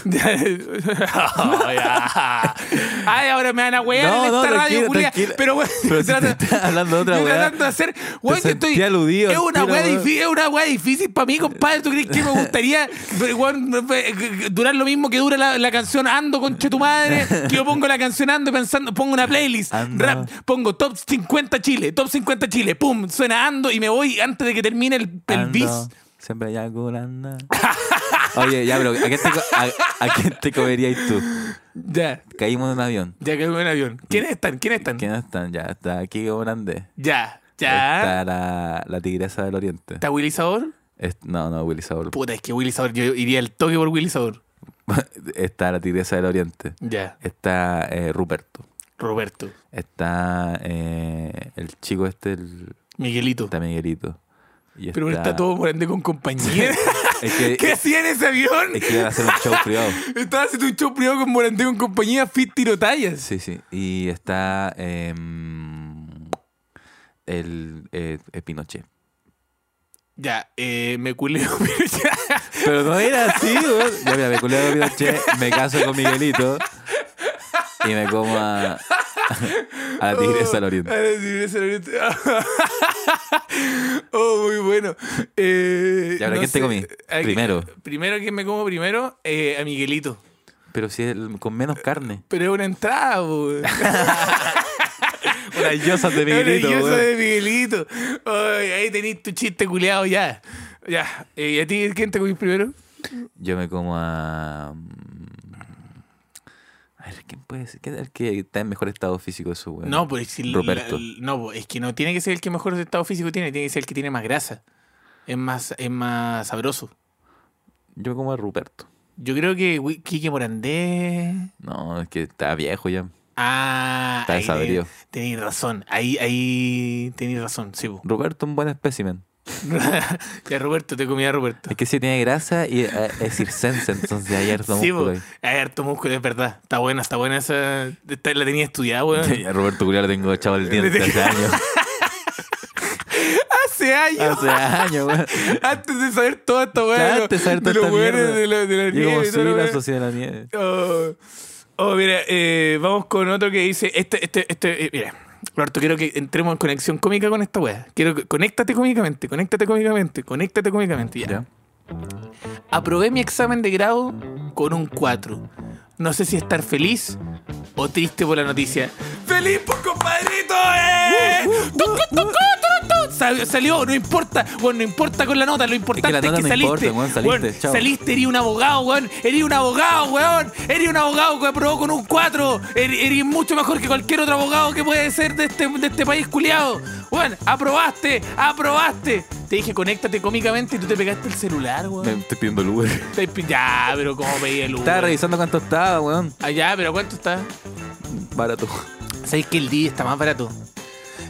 B: Oh, ya. *laughs* Ay, ahora me van a wear
C: No,
B: en
C: no,
B: esta radio,
C: tranquilo,
B: culia.
C: tranquilo.
B: Pero, weón,
C: Pero si te estás hablando de otra
B: yo
C: weá,
B: tratando de hacer. Weón, yo estoy.
C: sentí aludido,
B: es, una
C: tira,
B: weá
C: weón.
B: difí- es una weá difícil para mí, compadre. ¿Tú crees que me gustaría pero, weón, eh, durar lo mismo que dura la, la canción Ando, conche tu madre? Que yo pongo la canción Ando pensando, pongo una playlist,
C: Ando.
B: rap, pongo top 50 Chile, top 50 Chile, pum, suena Ando y me voy antes de que termine el, *laughs* el
C: Ando,
B: bis.
C: Siempre hay algo grande. Oye, ya, pero ¿a quién te, co- a, a quién te comerías tú?
B: Ya,
C: Caímos en un avión.
B: ya caigo en el avión. ¿Quiénes están? ¿Quiénes están?
C: ¿Quiénes están? Ya, está aquí Grande.
B: Ya, ya.
C: Está la, la tigresa del oriente.
B: ¿Está Willy Sabor?
C: Es- no, no, Willy Sabor.
B: Puta, es que Willy Sabor, yo iría al toque por Willy Sabor.
C: Está la tigresa del oriente.
B: Ya,
C: Está eh, Ruperto.
B: Roberto,
C: Está eh, el chico este, el,
B: Miguelito.
C: está Miguelito. Y
B: Pero está, todo grande con compañía.
C: Es que,
B: *laughs* ¿Qué hacía en ese avión?
C: es que iban a hacer un
B: *laughs*
C: show privado.
B: Estaba haciendo un show privado con Morandé con compañía Fit Tirotallas.
C: Sí, sí. Y está em, el, eh, el Pinochet.
B: Ya, eh, me culeo, *laughs* pero ya.
C: Pero no era así, weón. Ya, mira, me culeo de Pinochet, me caso con Miguelito y me como a, a la tigresa del oriente.
B: A la tigresa del oriente. *laughs* oh, muy bueno. Eh,
C: ¿Y ahora quién te comí?
B: ¿A qué-
C: Primero.
B: Primero, ¿quién me como primero? Eh, a Miguelito.
C: Pero si el- con menos carne.
B: Pero es una entrada, po.
C: Una yosa de Miguelito,
B: Yo soy
C: weón.
B: de Miguelito. Ay, ahí tenéis tu chiste culeado ya. Ya. Eh, ¿Y a ti quién te comís primero?
C: Yo me como a. mm, A ver, ¿quién puede ser? ¿Qué tal que está en mejor estado físico de su weón?
B: no, pues si la-
C: Ruperto.
B: la- no, pues, es que no tiene que ser el que mejor estado físico tiene, tiene que ser el que tiene más grasa. Es más, es más sabroso.
C: Yo me como a Ruperto.
B: Yo creo que Wi- Quique Morandé.
C: No, es que está viejo ya.
B: Ah,
C: Está
B: ahí ten-
C: desabrido.
B: Tenéis razón. Ahí, ahí tenéis razón, sí. po.
C: Roberto es un buen espécimen.
B: ya, Roberto, te comía Roberto.
C: Es que sí tiene grasa y eh, es circense, entonces ayer tomó
B: Sí, pues. po.
C: músculo ahí.
B: hay harto músculo, es verdad. Está buena, está buena esa. esta la tenía estudiada, weón.
C: *laughs* A Roberto Culiar tengo echado el diente hace años.
B: Hace años.
C: Hace años, weón.
B: Antes de saber todo esto, weón.
C: Antes de saber toda
B: los
C: esta
B: weones
C: mierda.
B: de la, de la
C: Y como
B: nieve y
C: sí,
B: todo lo
C: la
B: weón.
C: sociedad de la nieve.
B: Oh, oh, mira, eh, vamos con otro que dice. Este, este, este, eh, mira. Roberto, quiero que entremos en conexión cómica con esta weá. Quiero que conéctate cómicamente, conéctate cómicamente, conéctate cómicamente. Ya.
C: Ya.
B: Aprobé mi examen de grado con un 4. No sé si estar feliz o triste por la noticia. ¡Feliz por compadrito!
C: Uh,
B: eh! Tucu, tucu, tu, tu. Sal- Salió, no importa, bueno, no importa con la nota, lo importante es que,
C: nota no
B: saliste.
C: importa, weón, saliste,
B: Weón,
C: chao.
B: saliste, eres un abogado, weón, eres un abogado, weón, eres un abogado que aprobó con un 4, eres, eres mucho mejor que cualquier otro abogado que puede ser de este, de este país culiado. Weón, aprobaste, aprobaste. Te dije, conéctate cómicamente y tú te pegaste el celular, weón.
C: Me estoy pidiendo el Uber.
B: Estáis pi- Ya, pero ¿cómo pedí el
C: Estaba
B: Uber?
C: revisando cuánto estaba, weón.
B: Ah, ya, pero ¿cuánto está?
C: Barato.
B: Sabéis que el día está más barato.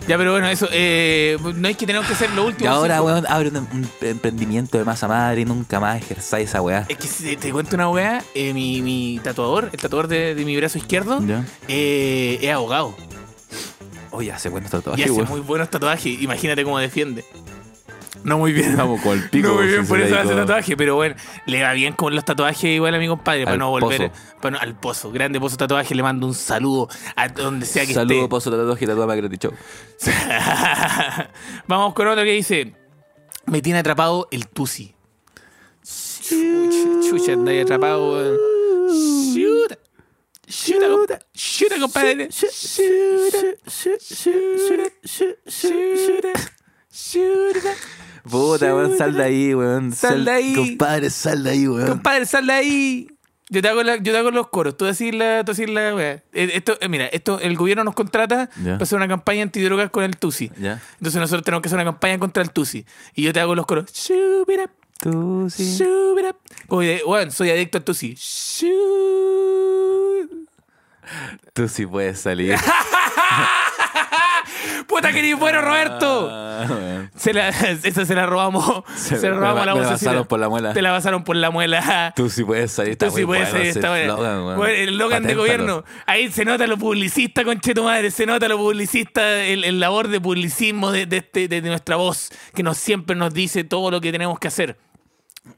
B: Ya, pero bueno, eso. Eh, no es que tenemos que ser lo último.
C: Y ahora,
B: cinco.
C: weón, abre un, un emprendimiento de masa madre y nunca más ejerzáis esa weá.
B: Es que si te, te cuento una weá, eh, mi, mi tatuador, el tatuador de, de mi brazo izquierdo,
C: Ya.
B: eh, es abogado.
C: Oye, hace buenos
B: y
C: tatuajes,
B: hace
C: Ah, weón.
B: muy buenos tatuajes. Imagínate cómo defiende. No muy bien.
C: Estamos con el pico.
B: *laughs* no muy
C: si
B: bien,
C: se
B: por
C: le
B: eso hace
C: dedicó-
B: tatuaje, pero bueno, le va bien con los tatuajes igual a mi compadre, para
C: Al
B: no volver
C: Pozo.
B: para no- al pozo. Grande pozo tatuaje, le mando un saludo a donde sea que esté.
C: Saludos, pozo tatuaje, tatuame gratis, chau.
B: *laughs* Vamos con otro que dice: Me tiene atrapado el Tusi. Chucha, chucha, andáis atrapado, weón. Chuta. Chuta, compa- chuta, compadre. Chuta.
C: Puta, weón, sal de ahí, weón.
B: Sal de ahí.
C: Compadre, sal de ahí, weón.
B: Compadre, sal de ahí. Yo te, hago la- yo te hago los coros, tú decís la, tú decís la weá. Eh, Esto, eh, mira, esto, el gobierno nos contrata
C: Ya.
B: para hacer una campaña antidrogas con el Tusi.
C: Ya.
B: Entonces nosotros tenemos que hacer una campaña contra el Tusi. Y yo te hago los coros. Shoot it up,
C: Tú sí.
B: Shoot it up. Como de, weón, soy adicto al tusi. Shoot.
C: Tú sí puedes
B: *laughs*
C: salir.
B: Puta que ni bueno, Roberto.
C: Ah, bueno.
B: Se la, *laughs* esa se la robamos. Se, la
C: me
B: robamos
C: la-
B: a la
C: me la
B: vocecita.
C: pasaron por la muela.
B: Te la pasaron por la muela.
C: Tú sí puedes salir. está
B: Tú sí
C: muy
B: puedes
C: bueno
B: ser
C: ese
B: esta weá.
C: eslogan, weón.
B: Bueno, el Logan de
C: Paténtalo.
B: gobierno. Ahí se nota lo publicista, conche tu madre. Se nota lo publicista, el, el labor de publicismo de, de este- de nuestra voz, que nos siempre nos dice todo lo que tenemos que hacer.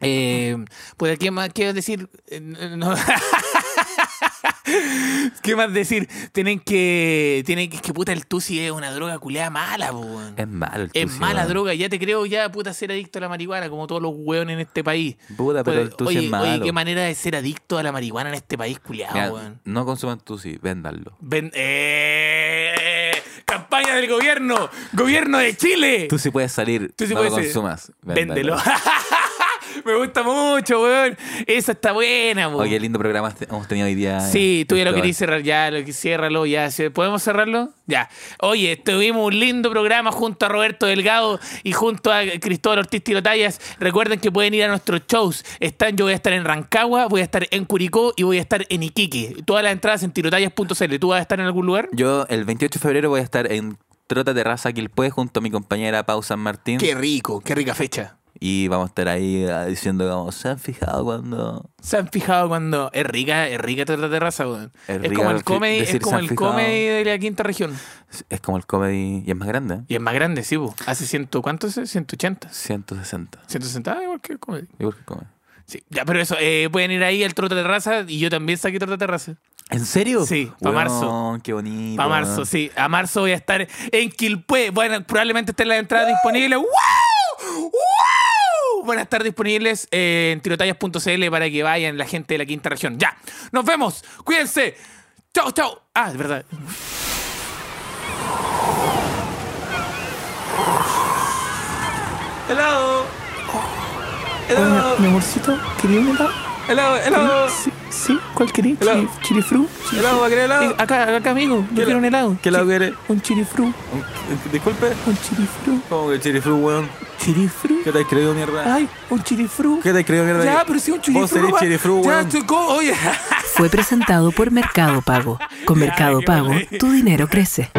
B: Eh, pues, ¿qué más quiero decir? Eh, no- *laughs* ¿Qué más decir? Tienen que. Tienen que. Es que puta, el Tusi es una droga culeada mala, po, weón.
C: Es malo. el
B: Es
C: Tusi,
B: mala
C: weón.
B: droga, ya te creo, ya puta ser adicto a la marihuana, como todos los hueones en este país.
C: Puta, pero
B: Oye,
C: el tusi
B: oye,
C: es
B: oye,
C: malo.
B: qué manera de ser adicto a la marihuana en este país, culiado,
C: Mira,
B: weón.
C: no consuman tusi, véndanlo.
B: Ven- ¡Eh! Campaña del gobierno, gobierno de Chile.
C: Tú sí puedes salir,
B: Tú sí
C: no
B: puedes
C: lo
B: salir.
C: consumas.
B: Véndelo. *laughs* Me gusta mucho, weón. Esa está buena, weón.
C: *laughs* Oye, qué lindo programa te- hemos tenido hoy día. este
B: Sí, tú ya lo
C: Cristóbal.
B: querías cerrar, ya, lo que ciérralo, ya. ¿sí? ¿Podemos cerrarlo? Ya. Oye, tuvimos un lindo programa junto a Roberto Delgado y junto a Cristóbal Ortiz Tirotallas. Recuerden que pueden ir a nuestros shows. Están, yo voy a estar en Rancagua, voy a estar en Curicó y voy a estar en Iquique. Todas las entradas en tirotallas.cl. ¿Tú vas a estar en algún lugar?
C: Yo el 28 de febrero voy a estar en Trota Terraza Quilpue junto a mi compañera Pau San Martín.
B: Qué rico, qué rica fecha.
C: Y vamos a estar ahí ah, diciendo, como, ¿se han fijado cuando...?
B: ¿Se han fijado cuando es rica, es rica esta terraza, weón?
C: Es
B: Es,
C: rica
B: como el
C: decir-
B: comedy,
C: decir,
B: es
C: ¿se
B: como
C: han
B: el
C: fijado?
B: comedy de la quinta región.
C: Es- Es como el comedy y es más grande, ¿eh?
B: Y es más grande, sí, po. Hace ciento, ¿cuánto? es? 180.
C: 160.
B: 160, ah, igual que el comedy.
C: Igual que el comedy.
B: Sí, ya, pero eso, eh, pueden ir ahí al Trota Terraza y yo también saqué Trota Terraza.
C: ¿En serio?
B: Sí, pa' marzo.
C: Weón, Qué bonito.
B: A marzo, sí. A marzo voy a estar en Quilpué. Bueno, probablemente estén las entradas disponibles. ¡Wow! ¡Wow! Van a estar disponibles eh, en tirotallas.cl para que vayan la gente de la quinta región. Ya, nos vemos. Cuídense. Chao, chao. Ah, de verdad. Hello. Hello.
D: Ah, Mi amorcito, ¿quería un helado?
B: Hello. Hello.
D: Sí, sí, ¿cuál quería?
B: Helado.
D: Chiri- ¿Chirifru?
B: Hello. ¿va a querer helado?
D: Eh, acá, acá, amigo, yo quiero un helado.
C: ¿Qué lado quieres?
D: Un chirifru,
C: Disculpe.
D: un chirifru,
C: ¿Cómo que chirifru, weón?
D: chirifru.
C: ¿Qué te has creído, mierda?
D: Ay, un chirifru. um
C: ¿Qué te has creído, mierda?
B: Ya, pero sí, un chirifru.
C: Vos serís
B: nomás.
C: chirifru,
B: Ya,
C: weón.
B: estoy
D: oh,
B: co- Oye.
A: Fue presentado por Mercado Pago. Con Mercado Pago, tu dinero crece.